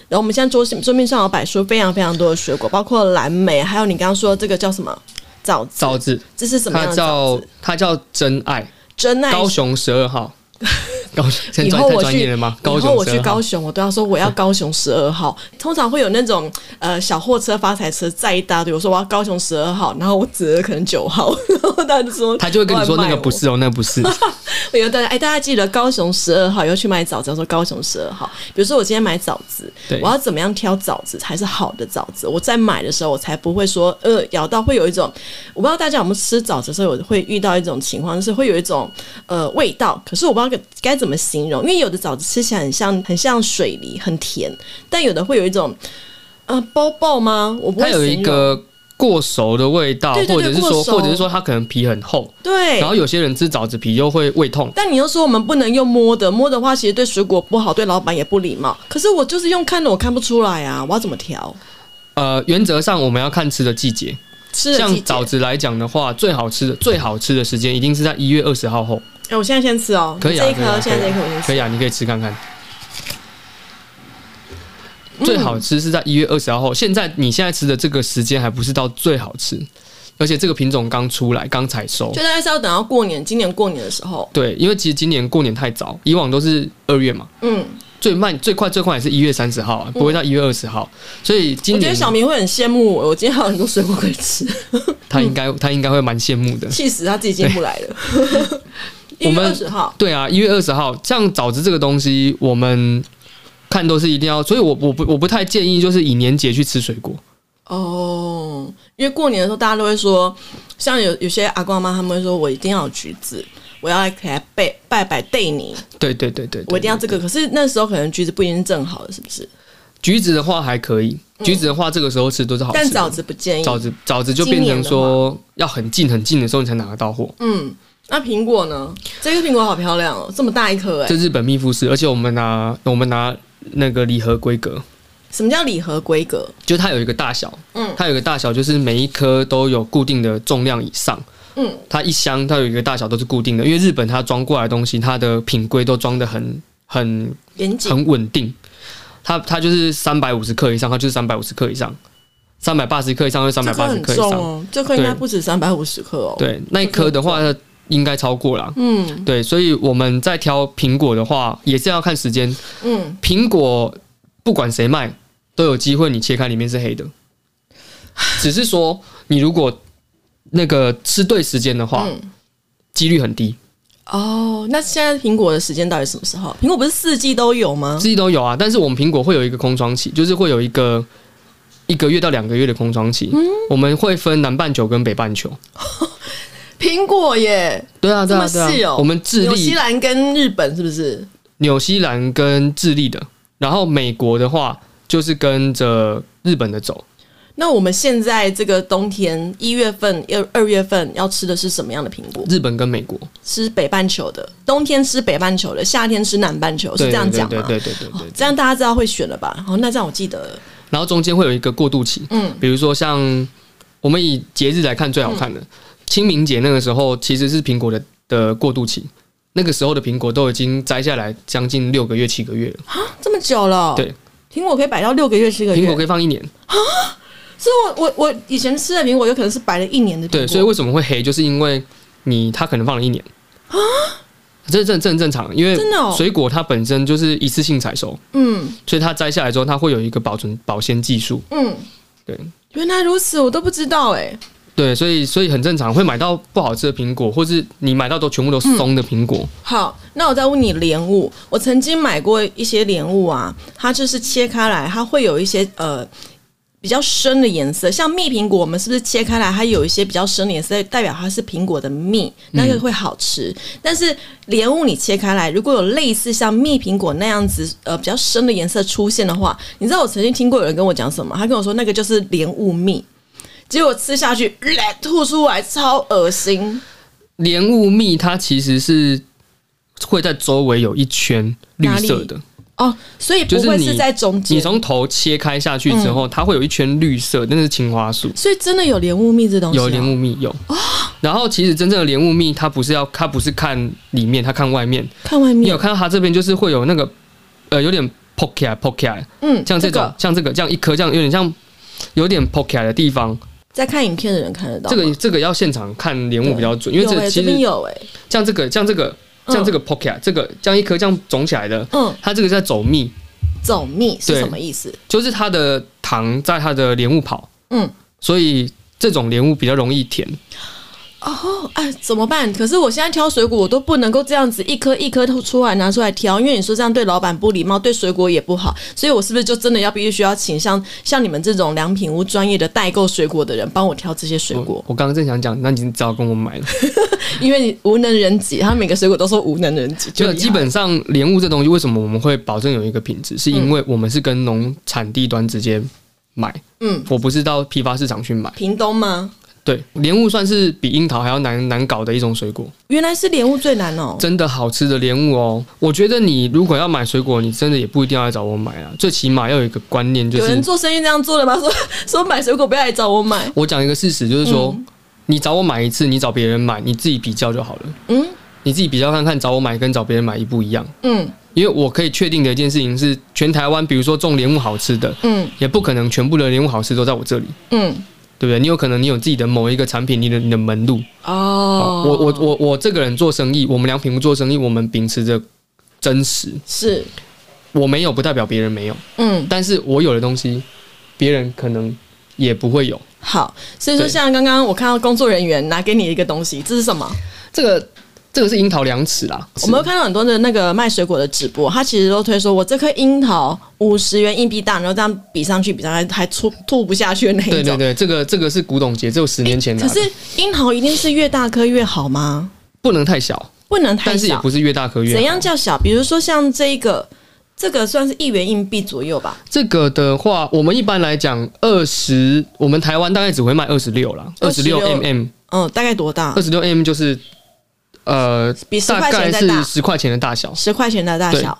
Speaker 1: 然后我们现在桌桌面上有摆出非常非常多的水果，包括蓝莓，还有你刚刚说这个叫什么枣子，
Speaker 2: 枣 子，
Speaker 1: 这是什么样
Speaker 2: 它
Speaker 1: 的枣
Speaker 2: 叫
Speaker 1: 子？
Speaker 2: 它叫真爱，
Speaker 1: 真爱
Speaker 2: 高雄十二号。高雄，现
Speaker 1: 以
Speaker 2: 在
Speaker 1: 后
Speaker 2: 太
Speaker 1: 我
Speaker 2: 专
Speaker 1: 去
Speaker 2: 业了吗？高
Speaker 1: 以
Speaker 2: 雄
Speaker 1: 后我去
Speaker 2: 12号
Speaker 1: 高雄，我都要说我要高雄十二号。通常会有那种呃小货车、发财车载一大堆，我说我要高雄十二号，然后我指了可能九号，然后大家就说
Speaker 2: 他就会跟你说那个不
Speaker 1: 是。
Speaker 2: 是哦，那个不是。
Speaker 1: 我有大家哎，大家记得高雄十二号要去买枣子，要说高雄十二号。比如说我今天买枣子，
Speaker 2: 对
Speaker 1: 我要怎么样挑枣子才是好的枣子？我在买的时候，我才不会说呃咬到会有一种，我不知道大家有没有吃枣子的时候有会遇到一种情况，就是会有一种呃味道，可是我不知道该该怎么形容，因为有的枣子吃起来很像很像水梨，很甜，但有的会有一种呃包包吗？我不
Speaker 2: 它
Speaker 1: 会
Speaker 2: 有
Speaker 1: 形容
Speaker 2: 一个过熟的味道，
Speaker 1: 对对对
Speaker 2: 或者是
Speaker 1: 过
Speaker 2: 说，
Speaker 1: 熟
Speaker 2: 或者是说它可能皮很厚，
Speaker 1: 对，
Speaker 2: 然后有些人吃枣子皮又会胃痛。
Speaker 1: 但你又说我们不能用摸的，摸的话其实对水果不好，对老板也不礼貌。可是我就是用看的，我看不出来啊，我要怎么调？
Speaker 2: 呃，原则上我们要看吃的季节，
Speaker 1: 嗯吃的季
Speaker 2: 像
Speaker 1: 节，
Speaker 2: 枣子来讲的话，最好吃的最好吃的时间一定是在一月二十号后，
Speaker 1: 哎、我现在先吃哦，
Speaker 2: 可以啊
Speaker 1: 这一
Speaker 2: 可以啊
Speaker 1: 颗，现在这一颗我先
Speaker 2: 可
Speaker 1: 吃。
Speaker 2: 以啊，你可以吃看看。
Speaker 1: 嗯
Speaker 2: 最好吃是在一月二十号后，现在你现在吃的这个时间还不是到最好吃，而且这个品种刚出来，刚采收
Speaker 1: 就，大概是要等到过年，今年过年的时候，
Speaker 2: 对，因为其实今年过年太早，以往都是二月嘛，
Speaker 1: 嗯，
Speaker 2: 最慢最快最快也是一月三十号、啊，不会到一月二十号，所以今
Speaker 1: 我觉
Speaker 2: 年
Speaker 1: 得小明会很羡慕我，我今天还有很多水果可以 吃，
Speaker 2: 他应
Speaker 1: 嗯
Speaker 2: 该他应该会蛮羡慕的。
Speaker 1: 气死他自己进不来了。一
Speaker 2: 我
Speaker 1: 月
Speaker 2: 们
Speaker 1: 二十号，
Speaker 2: 对啊，一月二十号，像枣子这个东西，我们看都是一定要，所以我我不我不太建议就是以年节去吃水果。
Speaker 1: 哦，因为过年的时候大家都会说，像有有些阿公阿妈他们会说我一定要有橘子，我要来给他拜拜拜对你，
Speaker 2: 对对对对，对
Speaker 1: 我一定要这个。可是那时候可能橘子不一定是正好的，是不是？
Speaker 2: 橘子的话还可以，橘子的话这个时候吃都是好
Speaker 1: 嗯
Speaker 2: 吃
Speaker 1: 但
Speaker 2: 的。
Speaker 1: 枣子不建议。
Speaker 2: 枣子枣子就
Speaker 1: 今
Speaker 2: 变
Speaker 1: 年
Speaker 2: 成
Speaker 1: 的
Speaker 2: 说要很近很近的时候你才拿得到货。
Speaker 1: 嗯，那苹果呢？这个苹果好漂亮哦，这么大一颗哎、
Speaker 2: 这日本密富士，而且我们拿我们拿那个礼盒规格，
Speaker 1: 什么叫礼盒规格？
Speaker 2: 就它有一个大小，
Speaker 1: 嗯
Speaker 2: 它有一个大小，就是每一颗都有固定的重量以上。
Speaker 1: 嗯，
Speaker 2: 它一箱它有一个大小都是固定的，因为日本它装过来的东西，它的品规都装的很很
Speaker 1: 严谨。
Speaker 2: 很稳定。它它就是三百五十克以上，它就是三百五十克以上，三百八十克以上就是三
Speaker 1: 这
Speaker 2: 百
Speaker 1: 颗
Speaker 2: 八十
Speaker 1: 很
Speaker 2: 克以
Speaker 1: 重
Speaker 2: 上。
Speaker 1: 哦，这颗应该
Speaker 2: 对
Speaker 1: 不止三百五十克哦。，
Speaker 2: 对，那一颗的话应该超过了。
Speaker 1: 嗯
Speaker 2: 对，所以我们在挑苹果的话，也是要看时间。
Speaker 1: 嗯，
Speaker 2: 苹果不管谁卖，都有机会你切开里面是黑的。只是说，你如果那个吃对时间的话，
Speaker 1: 嗯
Speaker 2: 几率很低，
Speaker 1: 哦，那现在苹果的时间到底什么时候？苹果不是四季都有吗？
Speaker 2: 自己都有啊。但是我们苹果会有一个空窗期，就是会有一个一个月到两个月的空窗
Speaker 1: 嗯
Speaker 2: 期。我们会分南半球跟北半球。
Speaker 1: 苹果耶，
Speaker 2: 对啊，
Speaker 1: 这
Speaker 2: 对啊，
Speaker 1: 么细
Speaker 2: 对啊。
Speaker 1: 哦
Speaker 2: 我们智
Speaker 1: 纽西
Speaker 2: 利、
Speaker 1: 兰跟日本是不是？
Speaker 2: 纽西兰跟智利的，然后美国的话就是跟着日本的走。
Speaker 1: 那我们现在这个冬天一月份、二二月份要吃的是什么样的苹果？
Speaker 2: 日本跟美国
Speaker 1: 吃北半球的，冬天吃北半球的，夏天吃南半球，是
Speaker 2: 对
Speaker 1: 这样讲
Speaker 2: 对
Speaker 1: 吗？
Speaker 2: 对对对对对对
Speaker 1: 这样大家知道会选了吧？哦好，那这样我记得了。
Speaker 2: 然后中间会有一个过渡期，
Speaker 1: 嗯
Speaker 2: 比如说像我们以节日来看最好看
Speaker 1: 嗯
Speaker 2: 的、清明节那个时候，其实是苹果的的过渡期，那个时候的苹果都已经摘下来将近六个月七个月了，
Speaker 1: 这么久了、
Speaker 2: 对，
Speaker 1: 苹果可以摆到六个月、七个
Speaker 2: 苹果
Speaker 1: 月。
Speaker 2: 可以放一年，
Speaker 1: 所以我我我以前吃的苹果有可能是摆了一年的苹果。
Speaker 2: 对，所以为什么会黑，就是因为你它可能放了一年啊，这这这很正常，因为
Speaker 1: 真的哦
Speaker 2: 水果它本身就是一次性采收，
Speaker 1: 嗯
Speaker 2: 所以它摘下来之后，它会有一个保存保鲜技术，
Speaker 1: 嗯，
Speaker 2: 对
Speaker 1: 原来如此，我都不知道哎、
Speaker 2: 对，所以所以很正常，会买到不好吃的苹果，或是你买到都全部都
Speaker 1: 嗯
Speaker 2: 松的苹果，
Speaker 1: 好，那我再问你莲雾，我曾经买过一些莲雾啊，它就是切开来，它会有一些呃比较深的颜色，像蜜苹果，我们是不是切开来它有一些比较深的颜色，代表它是苹果的蜜，那个会好吃。但是莲雾你切开来，如果有类似像蜜苹果那样子呃比较深的颜色出现的话，你知道我曾经听过有人跟我讲什么，他跟我说那个就是莲雾蜜。结果吃下去，呃吐出来超恶心。
Speaker 2: 莲雾蜜它其实是会在周围有一圈绿色的，
Speaker 1: 哦，所以不
Speaker 2: 就是
Speaker 1: 会
Speaker 2: 你
Speaker 1: 是在中间。
Speaker 2: 你从头切开下去之
Speaker 1: 嗯
Speaker 2: 后，它会有一圈绿色，那是青花素，
Speaker 1: 所以真的有莲雾蜜这东西、啊
Speaker 2: 有莲，雾蜜有。
Speaker 1: 哦
Speaker 2: 然后其实真正的莲雾蜜，它不是要它不是看里面，它看外面。
Speaker 1: 看外
Speaker 2: 你
Speaker 1: 面
Speaker 2: 有看到它这边就是会有那个呃有点 poke 起来 poke 起来，
Speaker 1: 嗯，
Speaker 2: 像这种、
Speaker 1: 个
Speaker 2: 像这个这样一颗这样有点像有点 poke 起来的地方，
Speaker 1: 在看影片的人看得到吗。
Speaker 2: 这个这个要现场看莲雾比较准，因为
Speaker 1: 有
Speaker 2: 这
Speaker 1: 欸
Speaker 2: 其
Speaker 1: 这边
Speaker 2: 实
Speaker 1: 有哎、
Speaker 2: 像这个像这个像这个 poke 起来，这个这样一颗这样肿起来的。
Speaker 1: 嗯，
Speaker 2: 它这个在走蜜，
Speaker 1: 走蜜是
Speaker 2: 对
Speaker 1: 什么意思？
Speaker 2: 就是它的糖在它的莲雾跑，
Speaker 1: 嗯，
Speaker 2: 所以这种莲雾比较容易甜。
Speaker 1: 哦，哎，怎么办？可是我现在挑水果，我都不能够这样子一颗一颗出来拿出来挑，因为你说这样对老板不礼貌，对水果也不好，所以我是不是就真的要必须要请像 像你们这种良品屋专业的代购水果的人帮我挑这些水果
Speaker 2: 我？我刚刚正想讲，那你早跟我 买了。
Speaker 1: 因为你无能人及，他每个水果都说无能人及，就
Speaker 2: 就
Speaker 1: 厉害
Speaker 2: 基本上莲雾这东西，为什么我们会保证有一个品质，是因为我们是跟农产地端直接买，
Speaker 1: 嗯，
Speaker 2: 我不是到批发市场去买。
Speaker 1: 屏东吗？
Speaker 2: 对，莲雾算是比樱桃还要难难搞的一种水果，
Speaker 1: 原来是莲雾最难哦。
Speaker 2: 真的好吃的莲雾哦。我觉得你如果要买水果，你真的也不一定要来找我买啊，最起码要有一个观念，就
Speaker 1: 有人
Speaker 2: 是
Speaker 1: 做生意这样做的吗？说 说买水果不要来找我买，
Speaker 2: 我讲一个事实，就是说，
Speaker 1: 嗯
Speaker 2: 你找我买一次，你找别人买，你自己比较就好了。
Speaker 1: 嗯
Speaker 2: 你自己比较看看，找我买跟找别人买一不一样？
Speaker 1: 嗯
Speaker 2: 因为我可以确定的一件事情是，全台湾比如说种莲雾好吃的，
Speaker 1: 嗯
Speaker 2: 也不可能全部的莲雾好吃都在我这里，
Speaker 1: 嗯，
Speaker 2: 对不对？你有可能你有自己的某一个产品，你的你的门路。
Speaker 1: 哦，
Speaker 2: 我我我我这个人做生意，我们良品屋做生意，我们秉持着真实，
Speaker 1: 是
Speaker 2: 我没有不代表别人没有，
Speaker 1: 嗯
Speaker 2: 但是我有的东西，别人可能也不会有。
Speaker 1: 好，所以说
Speaker 2: 对
Speaker 1: 像刚刚我看到工作人员拿给你一个东西，这是什么？
Speaker 2: 这个这个是樱桃两尺啦，
Speaker 1: 我们有看到很多的那个卖水果的直播，他其实都推说我这颗樱桃五十元硬币大，然后这样比上去比上来还吐吐不下去的那一种。
Speaker 2: 对对对，这个这个是古董节，只有十年前拿
Speaker 1: 可
Speaker 2: 的，
Speaker 1: 是樱桃一定是越大颗越好吗？
Speaker 2: 不能太小。
Speaker 1: 不不能太
Speaker 2: 但是也
Speaker 1: 小
Speaker 2: 不。是越大颗越好
Speaker 1: 怎样叫小？比如说像这一个，这个算是一元硬币左右吧，
Speaker 2: 这个的话，我们一般来讲，二十，我们台湾大概只会卖二十六啦，二十六
Speaker 1: 26
Speaker 2: mm，
Speaker 1: 嗯，大概多大
Speaker 2: 二？十六 mm 就是呃，
Speaker 1: 比十
Speaker 2: 大
Speaker 1: 块
Speaker 2: 概
Speaker 1: 钱再
Speaker 2: 是
Speaker 1: 大，
Speaker 2: 十块钱的大小。
Speaker 1: 十块钱的大小，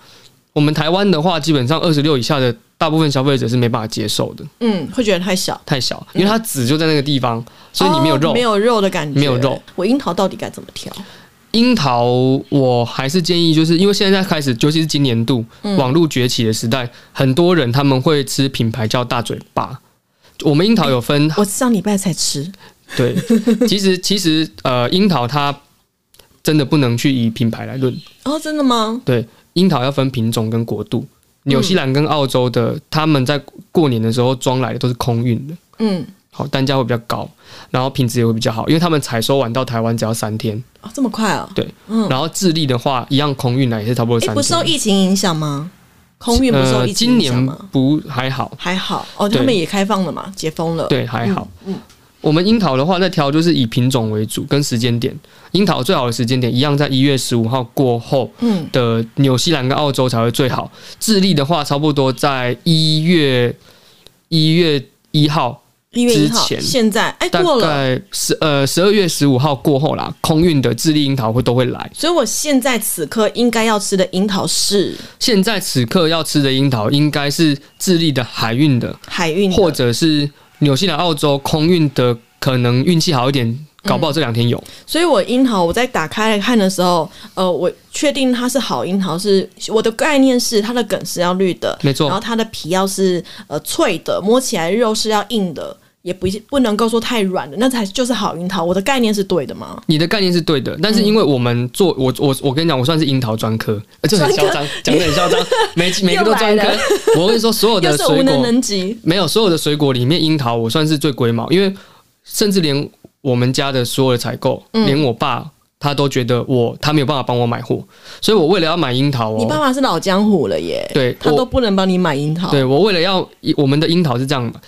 Speaker 2: 我们台湾的话，基本上二十六以下的大部分消费者是没办法接受的，
Speaker 1: 嗯，会觉得太小，
Speaker 2: 太小，因为它籽就在那个地方，所以你没有
Speaker 1: 哦
Speaker 2: 肉。
Speaker 1: 没有肉的感觉，
Speaker 2: 没有肉。
Speaker 1: 我樱桃到底该怎么挑？
Speaker 2: 樱桃，我还是建议，就是因为现在开始，尤其是今年度、网络崛起的时代，很多人他们会吃品牌叫大嘴巴。我们樱桃 有分
Speaker 1: 我上礼拜才吃，
Speaker 2: 对，其实其实呃，樱桃它真的不能去以品牌来论，
Speaker 1: 哦，真的吗？
Speaker 2: 对，樱桃要分品种跟国度。纽西兰跟澳洲的，他们在过年的时候装来的都是空运的，
Speaker 1: 嗯，
Speaker 2: 好单价会比较高，然后品质也会比较好，因为他们采收完到台湾只要三天，
Speaker 1: 哦，这么快哦？
Speaker 2: 对，然后智利的话一样空运来也是差不多
Speaker 1: 哎，
Speaker 2: 三
Speaker 1: 不受
Speaker 2: 天。
Speaker 1: 疫情影响吗？空运不受
Speaker 2: 呃，
Speaker 1: 疫
Speaker 2: 今
Speaker 1: 情影响
Speaker 2: 年
Speaker 1: 吗？
Speaker 2: 不还好，
Speaker 1: 还好哦，
Speaker 2: 对
Speaker 1: 他们也开放了嘛，解封了。，
Speaker 2: 对还好。
Speaker 1: 嗯
Speaker 2: 我们樱桃的话，在挑就是以品种为主跟时间点，樱桃最好的时间点一样在一月十五号过后，
Speaker 1: 嗯，
Speaker 2: 的纽西兰跟澳洲才会最好。智利的话，差不多在一月一月一号，
Speaker 1: 一月一号
Speaker 2: 之，前
Speaker 1: 现在哎
Speaker 2: 大
Speaker 1: 过了，
Speaker 2: 概十呃十二月十五号过后啦，空运的智利樱桃会都会来。
Speaker 1: 所以我现在此刻应该要吃的樱桃是
Speaker 2: 现在此刻要吃的樱桃，应该是智利的海运的，
Speaker 1: 海运的
Speaker 2: 或者是纽西兰、澳洲空运的，可能运气好一点。搞不好这两天有，
Speaker 1: 所以我樱桃我在打开来看的时候，呃，我确定它是好樱桃，是我的概念是它的梗是要绿的，
Speaker 2: 没错
Speaker 1: 然后它的皮要是呃脆的，摸起来肉是要硬的，也不是不能够说太软的，那才就是好樱桃。我的概念是对的吗？
Speaker 2: 你的概念是对的，但是因为我们做我我我跟你讲，我算是樱桃专科，呃这很嚣张，讲的很嚣张， 每每个都专科
Speaker 1: 又来。
Speaker 2: 我跟你说，所有
Speaker 1: 又
Speaker 2: 的
Speaker 1: 是
Speaker 2: 哦水
Speaker 1: 无能
Speaker 2: 果
Speaker 1: 能及，
Speaker 2: 没有，所有的水果里面，樱桃我算是最龟毛，因为甚至连我们家的所有的采购，
Speaker 1: 嗯
Speaker 2: 连我爸他都觉得我他没有办法帮我买货，所以我为了要买樱桃
Speaker 1: 你爸
Speaker 2: 哦，
Speaker 1: 爸是老江湖了耶，
Speaker 2: 对
Speaker 1: 他
Speaker 2: 我
Speaker 1: 都不能帮你买樱桃。
Speaker 2: 对我为了要我们的樱桃是这样的，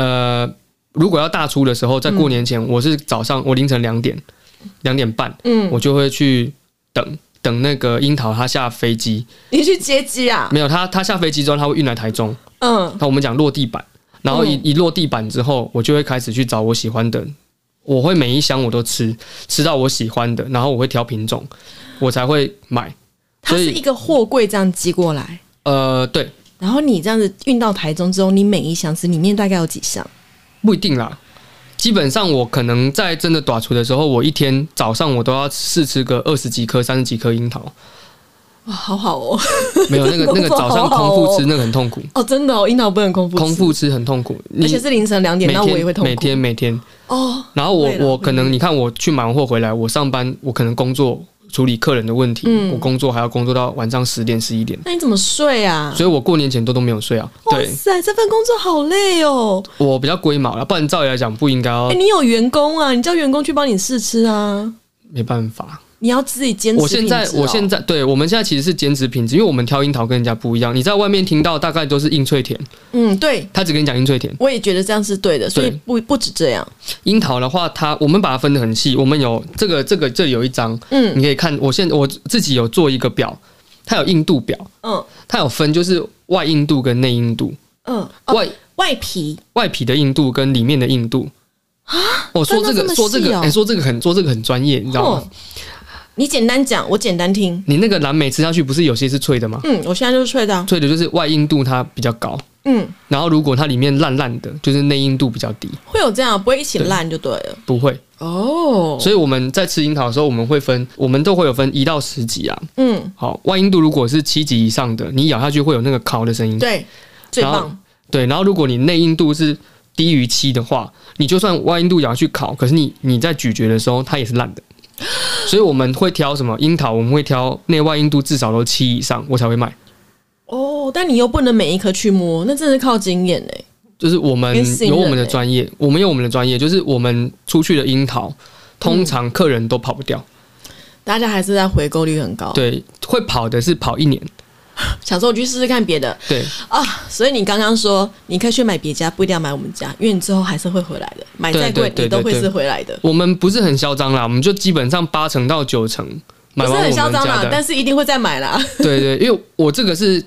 Speaker 2: 呃，如果要大出的时候，在过年前，我是早上我凌晨两点两点半，
Speaker 1: 嗯，
Speaker 2: 我就会去等。等那个樱桃它下飞机，
Speaker 1: 你去接机啊？
Speaker 2: 没有它它下飞机之后，它会运来台中。
Speaker 1: 嗯，
Speaker 2: 那我们讲落地板，然后一一落地板之后，我就会开始去找我喜欢的，我会每一箱我都吃，吃到我喜欢的，然后我会挑品种，我才会买。
Speaker 1: 它
Speaker 2: 所
Speaker 1: 是
Speaker 2: 以
Speaker 1: 一个货柜这样寄过来，
Speaker 2: 呃，对，
Speaker 1: 然后你这样子运到台中之后，你每一箱子里面大概有几箱？
Speaker 2: 不一定啦。基本上我可能在真的短厨的时候，我一天早上我都要试吃个二十几颗、三十几颗 樱桃，
Speaker 1: 哇，好好哦。
Speaker 2: 没有 那个那个早上空腹吃那个很痛苦，
Speaker 1: 哦，真的哦，樱桃不能空腹吃
Speaker 2: 空腹吃很痛苦，你
Speaker 1: 而且是凌晨两点，
Speaker 2: 每
Speaker 1: 那我也
Speaker 2: 天
Speaker 1: 会痛苦。
Speaker 2: 每天每天
Speaker 1: 哦，
Speaker 2: 然后我
Speaker 1: 对啦
Speaker 2: 我可能你看我去忙货回来，我上班我可能工作处理客人的问题，
Speaker 1: 嗯
Speaker 2: 我工作还要工作到晚上十点十一点，
Speaker 1: 那你怎么睡啊？
Speaker 2: 所以我过年前都都没有睡啊。
Speaker 1: 哇
Speaker 2: 对
Speaker 1: 塞，这份工作好累哦！
Speaker 2: 我比较龟毛啦，不然照理来讲不应该
Speaker 1: 哎、
Speaker 2: 要，
Speaker 1: 你有员工啊？你叫员工去帮你试吃啊？
Speaker 2: 没办法。
Speaker 1: 你要自己坚持、哦
Speaker 2: 我现在我现，在对我们现在其实是兼职品质，因为我们挑樱桃跟人家不一样。你在外面听到大概都是硬脆甜，
Speaker 1: 嗯，对，
Speaker 2: 他只跟你讲硬脆甜。
Speaker 1: 我也觉得这样是对的，所以
Speaker 2: 对
Speaker 1: 不不止这样。
Speaker 2: 樱桃的话，它我们把它分得很细，我们有这个这个这里有一张，
Speaker 1: 嗯
Speaker 2: 你可以看，我现我自己有做一个表，它有硬度表，
Speaker 1: 嗯
Speaker 2: 它有分就是外硬度跟内硬度。
Speaker 1: 嗯，哦、
Speaker 2: 外
Speaker 1: 外皮
Speaker 2: 外皮的硬度跟里面的硬度啊。我、说
Speaker 1: 分得
Speaker 2: 这
Speaker 1: 这
Speaker 2: 个
Speaker 1: 么
Speaker 2: 说这
Speaker 1: 细
Speaker 2: 个，
Speaker 1: 哦
Speaker 2: 哎、说这个很说这个很专业，你知道吗？
Speaker 1: 哦，你简单讲，我简单听。
Speaker 2: 你那个蓝莓吃下去，不是有些是脆的吗？
Speaker 1: 嗯，我现在就是脆的啊、
Speaker 2: 脆的就是外硬度它比较高，
Speaker 1: 嗯，
Speaker 2: 然后如果它里面烂烂的，就是内硬度比较低，
Speaker 1: 会有这样，不会一起烂就对了。
Speaker 2: 不会。
Speaker 1: 哦，
Speaker 2: 所以我们在吃樱桃的时候，我们会分，我们都会有分一到十级啊。
Speaker 1: 嗯，
Speaker 2: 好，外硬度如果是七级以上的，你咬下去会有那个烤的声音，
Speaker 1: 对，最
Speaker 2: 然后
Speaker 1: 棒。
Speaker 2: 对。然后如果你内硬度是低于七的话，你就算外硬度咬下去烤，可是你你在咀嚼的时候它也是烂的。所以我们会挑什么樱桃？我们会挑内外硬度至少都七以上，我才会卖。
Speaker 1: 哦，但你又不能每一颗去摸，那真的是靠经验哎、
Speaker 2: 就是我们
Speaker 1: 跟新人
Speaker 2: 有我们的
Speaker 1: 欸嗯
Speaker 2: 专业，我们有我们的专业，就是我们出去的樱桃，通常客人都跑不掉。
Speaker 1: 大家还是在回购率很高。，
Speaker 2: 对，会跑的是跑一年。
Speaker 1: 想说我去试试看别的
Speaker 2: 对，
Speaker 1: 啊。所以你刚刚说你可以去买别家，不一定要买我们家，因为你之后还是会回来的，买再
Speaker 2: 对
Speaker 1: 贵
Speaker 2: 对
Speaker 1: 你
Speaker 2: 对
Speaker 1: 都会
Speaker 2: 对
Speaker 1: 是回来的。
Speaker 2: 我们不是很嚣张啦，我们就基本上八成到九成买
Speaker 1: 不是
Speaker 2: 完我
Speaker 1: 很
Speaker 2: 们
Speaker 1: 嚣张
Speaker 2: 家
Speaker 1: 啦，
Speaker 2: 的
Speaker 1: 但，是一定会再买啦。
Speaker 2: 对对，因为我这个是，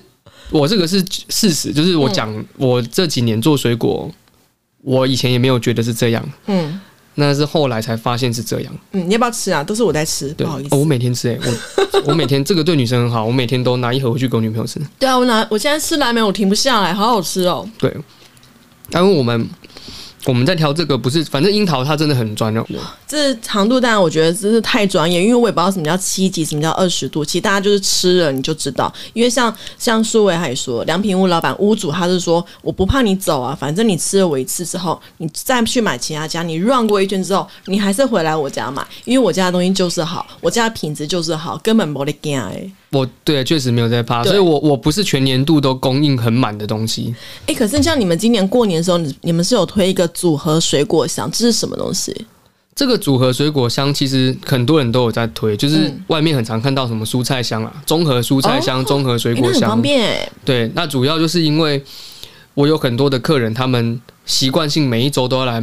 Speaker 2: 我这个是事实，就是我讲、
Speaker 1: 嗯
Speaker 2: 我这几年做水果，我以前也没有觉得是这样，
Speaker 1: 嗯
Speaker 2: 那是后来才发现是这样。
Speaker 1: 嗯，你要不要吃啊？都是我在吃，
Speaker 2: 对，
Speaker 1: 不好意思。
Speaker 2: 哦我每天吃哎、我我每天这个对女生很好，我每天都拿一盒回去给我女朋友吃。
Speaker 1: 对啊，我拿我现在吃蓝莓，我停不下来，好好吃哦。
Speaker 2: 对，啊因为我们我们在挑这个不是，反正樱桃它真的很专哦。
Speaker 1: 这长度当然我觉得真是太专业，因为我也不知道什么叫七级，什么叫二十度。其实大家就是吃了你就知道，因为像像苏伟还说，良品屋老板屋主他是说，我不怕你走啊，反正你吃了我一次之后，你再去买其他家，你 run 过一圈之后，你还是回来我家买，因为我家的东西就是好，我家的品质就是好，根本没得惊哎。
Speaker 2: 我对确实没有在怕，
Speaker 1: 对
Speaker 2: 所以我我不是全年度都供应很满的东西。
Speaker 1: 哎、可是像你们今年过年的时候，你你们是有推一个组合水果箱，这是什么东西？
Speaker 2: 这个组合水果箱其实很多人都有在推，就是
Speaker 1: 嗯
Speaker 2: 外面很常看到什么蔬菜箱啊，综合蔬菜箱、综合水
Speaker 1: 哦诶
Speaker 2: 果
Speaker 1: 那很
Speaker 2: 箱
Speaker 1: 方。便哎、
Speaker 2: 对，那主要就是因为我有很多的客人，他们习惯性每一周都要来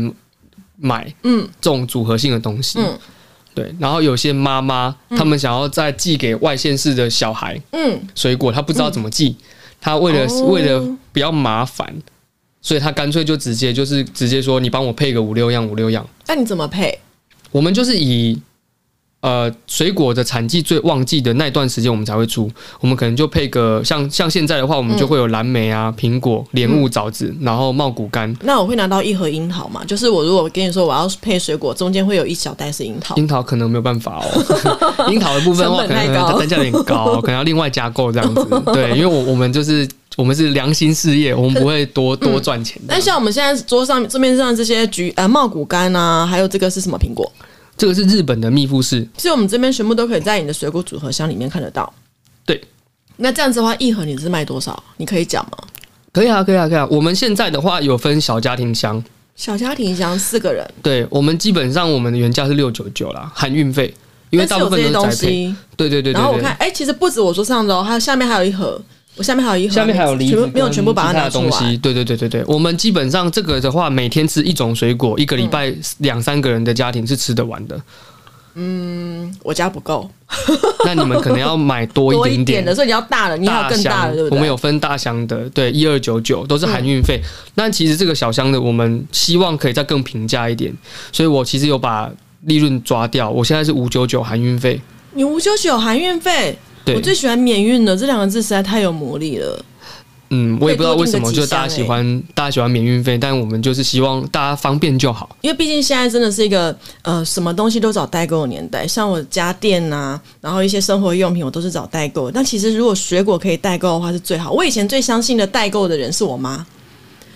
Speaker 2: 买
Speaker 1: 嗯
Speaker 2: 这种组合性的东西。
Speaker 1: 嗯
Speaker 2: 对，然后有些妈妈，他们想要再寄给外县市的小孩
Speaker 1: 嗯，
Speaker 2: 水果，他不知道怎么寄，他为了、
Speaker 1: 哦
Speaker 2: 为了比较麻烦，所以他干脆就直接就是直接说，你帮我配个五六样五六样。
Speaker 1: 那你怎么配？
Speaker 2: 我们就是以呃水果的产季最旺季的那段时间，我们才会出。我们可能就配个像像现在的话，我们就会有蓝莓啊、苹果、莲雾、枣子，然后茂谷柑。
Speaker 1: 那我会拿到一盒樱桃嘛？就是我如果跟你说我要配水果，中间会有一小袋是樱桃。
Speaker 2: 樱桃可能没有办 法哦，樱桃的部分的话，
Speaker 1: 成
Speaker 2: 可
Speaker 1: 本太
Speaker 2: 能呃
Speaker 1: 高
Speaker 2: 单价有点高，可能要另外加购这样 子。对，因为我我们就是我们是良心事业，我们不会 多多赚钱
Speaker 1: 嗯
Speaker 2: 的
Speaker 1: 但。像我们现在桌上桌面上这些橘呃茂谷柑啊，还有这个是什么苹果？
Speaker 2: 这个是日本的密富士，
Speaker 1: 其实我们这边全部都可以在你的水果组合箱里面看得到。
Speaker 2: 对，
Speaker 1: 那这样子的话，一盒你是卖多少？你可以讲吗？
Speaker 2: 可以啊，可以啊，可以啊。我们现在的话有分小家庭箱，
Speaker 1: 小家庭箱四个人，
Speaker 2: 对我们基本上我们的原价是六九九啦，含运费，因为大
Speaker 1: 但是
Speaker 2: 部
Speaker 1: 有这
Speaker 2: 分
Speaker 1: 些
Speaker 2: 都
Speaker 1: 东
Speaker 2: 是宅配。
Speaker 1: 西。
Speaker 2: 对对对对
Speaker 1: 然后我
Speaker 2: 对
Speaker 1: 看，。哎、其实不止我桌上的哦，还有下面还有一盒，我下面还有一盒，
Speaker 2: 下面还有梨
Speaker 1: 全
Speaker 2: 子
Speaker 1: 部没有全部把它
Speaker 2: 跟
Speaker 1: 拿
Speaker 2: 其他
Speaker 1: 出
Speaker 2: 的东
Speaker 1: 来
Speaker 2: 西，。对对对对对，我们基本上这个的话，每天吃一种水果，一个礼拜两三个人的家庭是吃得完 的。
Speaker 1: 我家不够，
Speaker 2: 那你们可能要买多
Speaker 1: 多
Speaker 2: 一点
Speaker 1: 的，所以你要大的，你还有更大的，
Speaker 2: 箱
Speaker 1: 对不对？
Speaker 2: 我们有分大箱的，对，一二九九都是含运费。但其实这个小箱的，我们希望可以再更平价一点，所以我其实有把利润抓掉，我现在是五九九含运费。
Speaker 1: 你无休息有含运费，
Speaker 2: 对
Speaker 1: 我，最喜欢免运了，这两个字实在太有魔力了。
Speaker 2: 嗯，我也不知道为什么，
Speaker 1: 可以
Speaker 2: 就
Speaker 1: 多订个几箱
Speaker 2: 大家喜
Speaker 1: 欸
Speaker 2: 欢大家喜欢免运费，但我们就是希望大家方便就好。
Speaker 1: 因为毕竟现在真的是一个呃，什么东西都找代购的年代，像我家电呐、然后一些生活用品，我都是找代购。但其实如果水果可以代购的话是最好。我以前最相信的代购的人是我妈，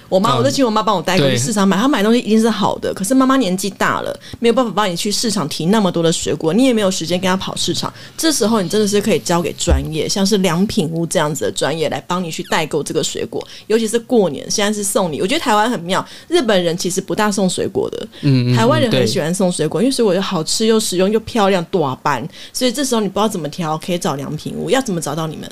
Speaker 1: 我妈，
Speaker 2: 嗯
Speaker 1: 我都请我妈帮我代购
Speaker 2: 对
Speaker 1: 去市场买，她买东西一定是好的。可是妈妈年纪大了，没有办法帮你去市场提那么多的水果，你也没有时间跟她跑市场。这时候你真的是可以交给专业，像是良品屋这样子的专业来帮你去代购这个水果，尤其是过年，现在是送礼。我觉得台湾很妙，日本人其实不大送水果的，
Speaker 2: 嗯，嗯
Speaker 1: 台湾人
Speaker 2: 对
Speaker 1: 很喜欢送水果，因为水果又好吃又实用又漂亮，多斑。所以这时候你不知道怎么挑，可以找良品屋。要怎么找到你们？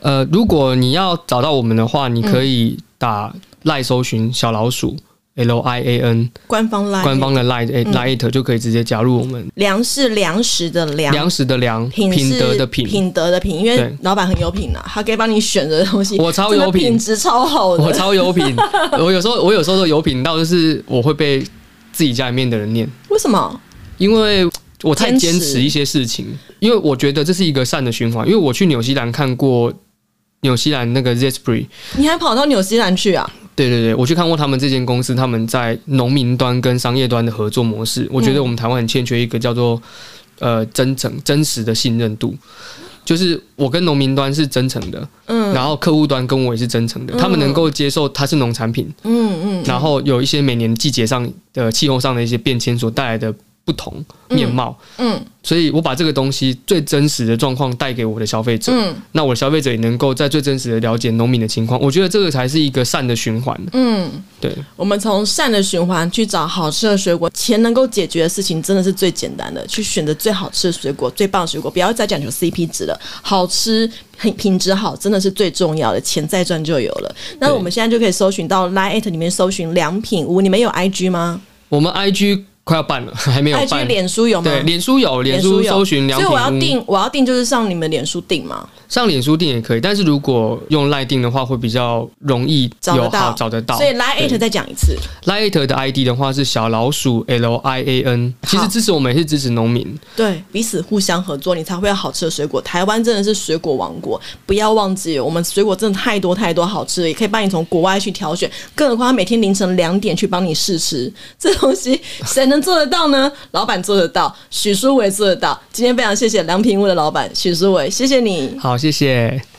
Speaker 2: 呃，如果你要找到我们的话，你可以打赖搜寻小老鼠 L I A N
Speaker 1: 官方 line
Speaker 2: 官方的 Line
Speaker 1: 嗯
Speaker 2: Lite 就可以直接加入我们
Speaker 1: 粮是粮食的粮，
Speaker 2: 粮食的粮
Speaker 1: 品
Speaker 2: 品
Speaker 1: 是
Speaker 2: 德的品。
Speaker 1: 品德的品，因为
Speaker 2: 对
Speaker 1: 老板很有品啊，他可以帮你选择的东西，
Speaker 2: 我超
Speaker 1: 真
Speaker 2: 有
Speaker 1: 的
Speaker 2: 品
Speaker 1: 品质超好
Speaker 2: 我
Speaker 1: 的。
Speaker 2: 超有品， 我有时候我有时候都有品到，就是我会被自己家里面的人念，
Speaker 1: 为什么？
Speaker 2: 因为我太
Speaker 1: 坚
Speaker 2: 坚
Speaker 1: 持
Speaker 2: 持一些事情，因为我觉得这是一个善的循环。因为我去纽西兰看过纽西兰那个 Zespri，
Speaker 1: 你还跑到纽西兰去啊？
Speaker 2: 对对对，我去看过他们这间公司，他们在农民端跟商业端的合作模式，我觉得我们台湾很欠缺一个叫做呃真诚、真实的信任度。就是我跟农民端是真诚的，
Speaker 1: 嗯
Speaker 2: 然后客户端跟我也是真诚的，他们能够接受它是农产品，
Speaker 1: 嗯嗯，
Speaker 2: 然后有一些每年季节上的气候上的一些变迁所带来的不同面貌，
Speaker 1: 嗯
Speaker 2: 所以我把这个东西最真实的状况带给我的消费者，
Speaker 1: 嗯
Speaker 2: 那我的消费者也能够在最真实的了解农民的情况，我觉得这个才是一个善的循环。
Speaker 1: 嗯，
Speaker 2: 对，
Speaker 1: 我们从善的循环去找好吃的水果，钱能够解决的事情真的是最简单的，去选择最好吃的水果、最棒的水果，不要再讲求 CP 值了，好吃、品品质好真的是最重要的，钱再赚就有了。那
Speaker 2: 对
Speaker 1: 我们现在就可以搜寻到 Line 里面搜寻良品屋，你们有 IG 吗？
Speaker 2: 我们 IG 快要办了， 还没有
Speaker 1: ？IG
Speaker 2: 办。
Speaker 1: 脸书有吗？
Speaker 2: 对，脸书有，脸
Speaker 1: 脸书
Speaker 2: 书
Speaker 1: 有
Speaker 2: 搜寻良
Speaker 1: 所以
Speaker 2: 品
Speaker 1: 我要
Speaker 2: 屋
Speaker 1: 定，我要定就是上你们脸书定嘛。
Speaker 2: 上脸书订也可以，但是如果用赖订的话，会比较容易
Speaker 1: 找得
Speaker 2: 有
Speaker 1: 到
Speaker 2: 好找得到。
Speaker 1: 所以来 at 再讲一次，
Speaker 2: Light 的 ID 的话是小老鼠 L I A N，其实支持我们也是支持农民，
Speaker 1: 对，彼此互相合作，你才会有好吃的水果。台湾真的是水果王国，不要忘记，我们水果真的太多太多好吃了，也可以帮你从国外去挑选。更何况他每天凌晨两点去帮你试吃， 这东西谁能做得到呢？老板做得到，许书伟做得到。今天非常谢谢良品屋的老板许书伟，谢谢你。
Speaker 2: 好，谢谢。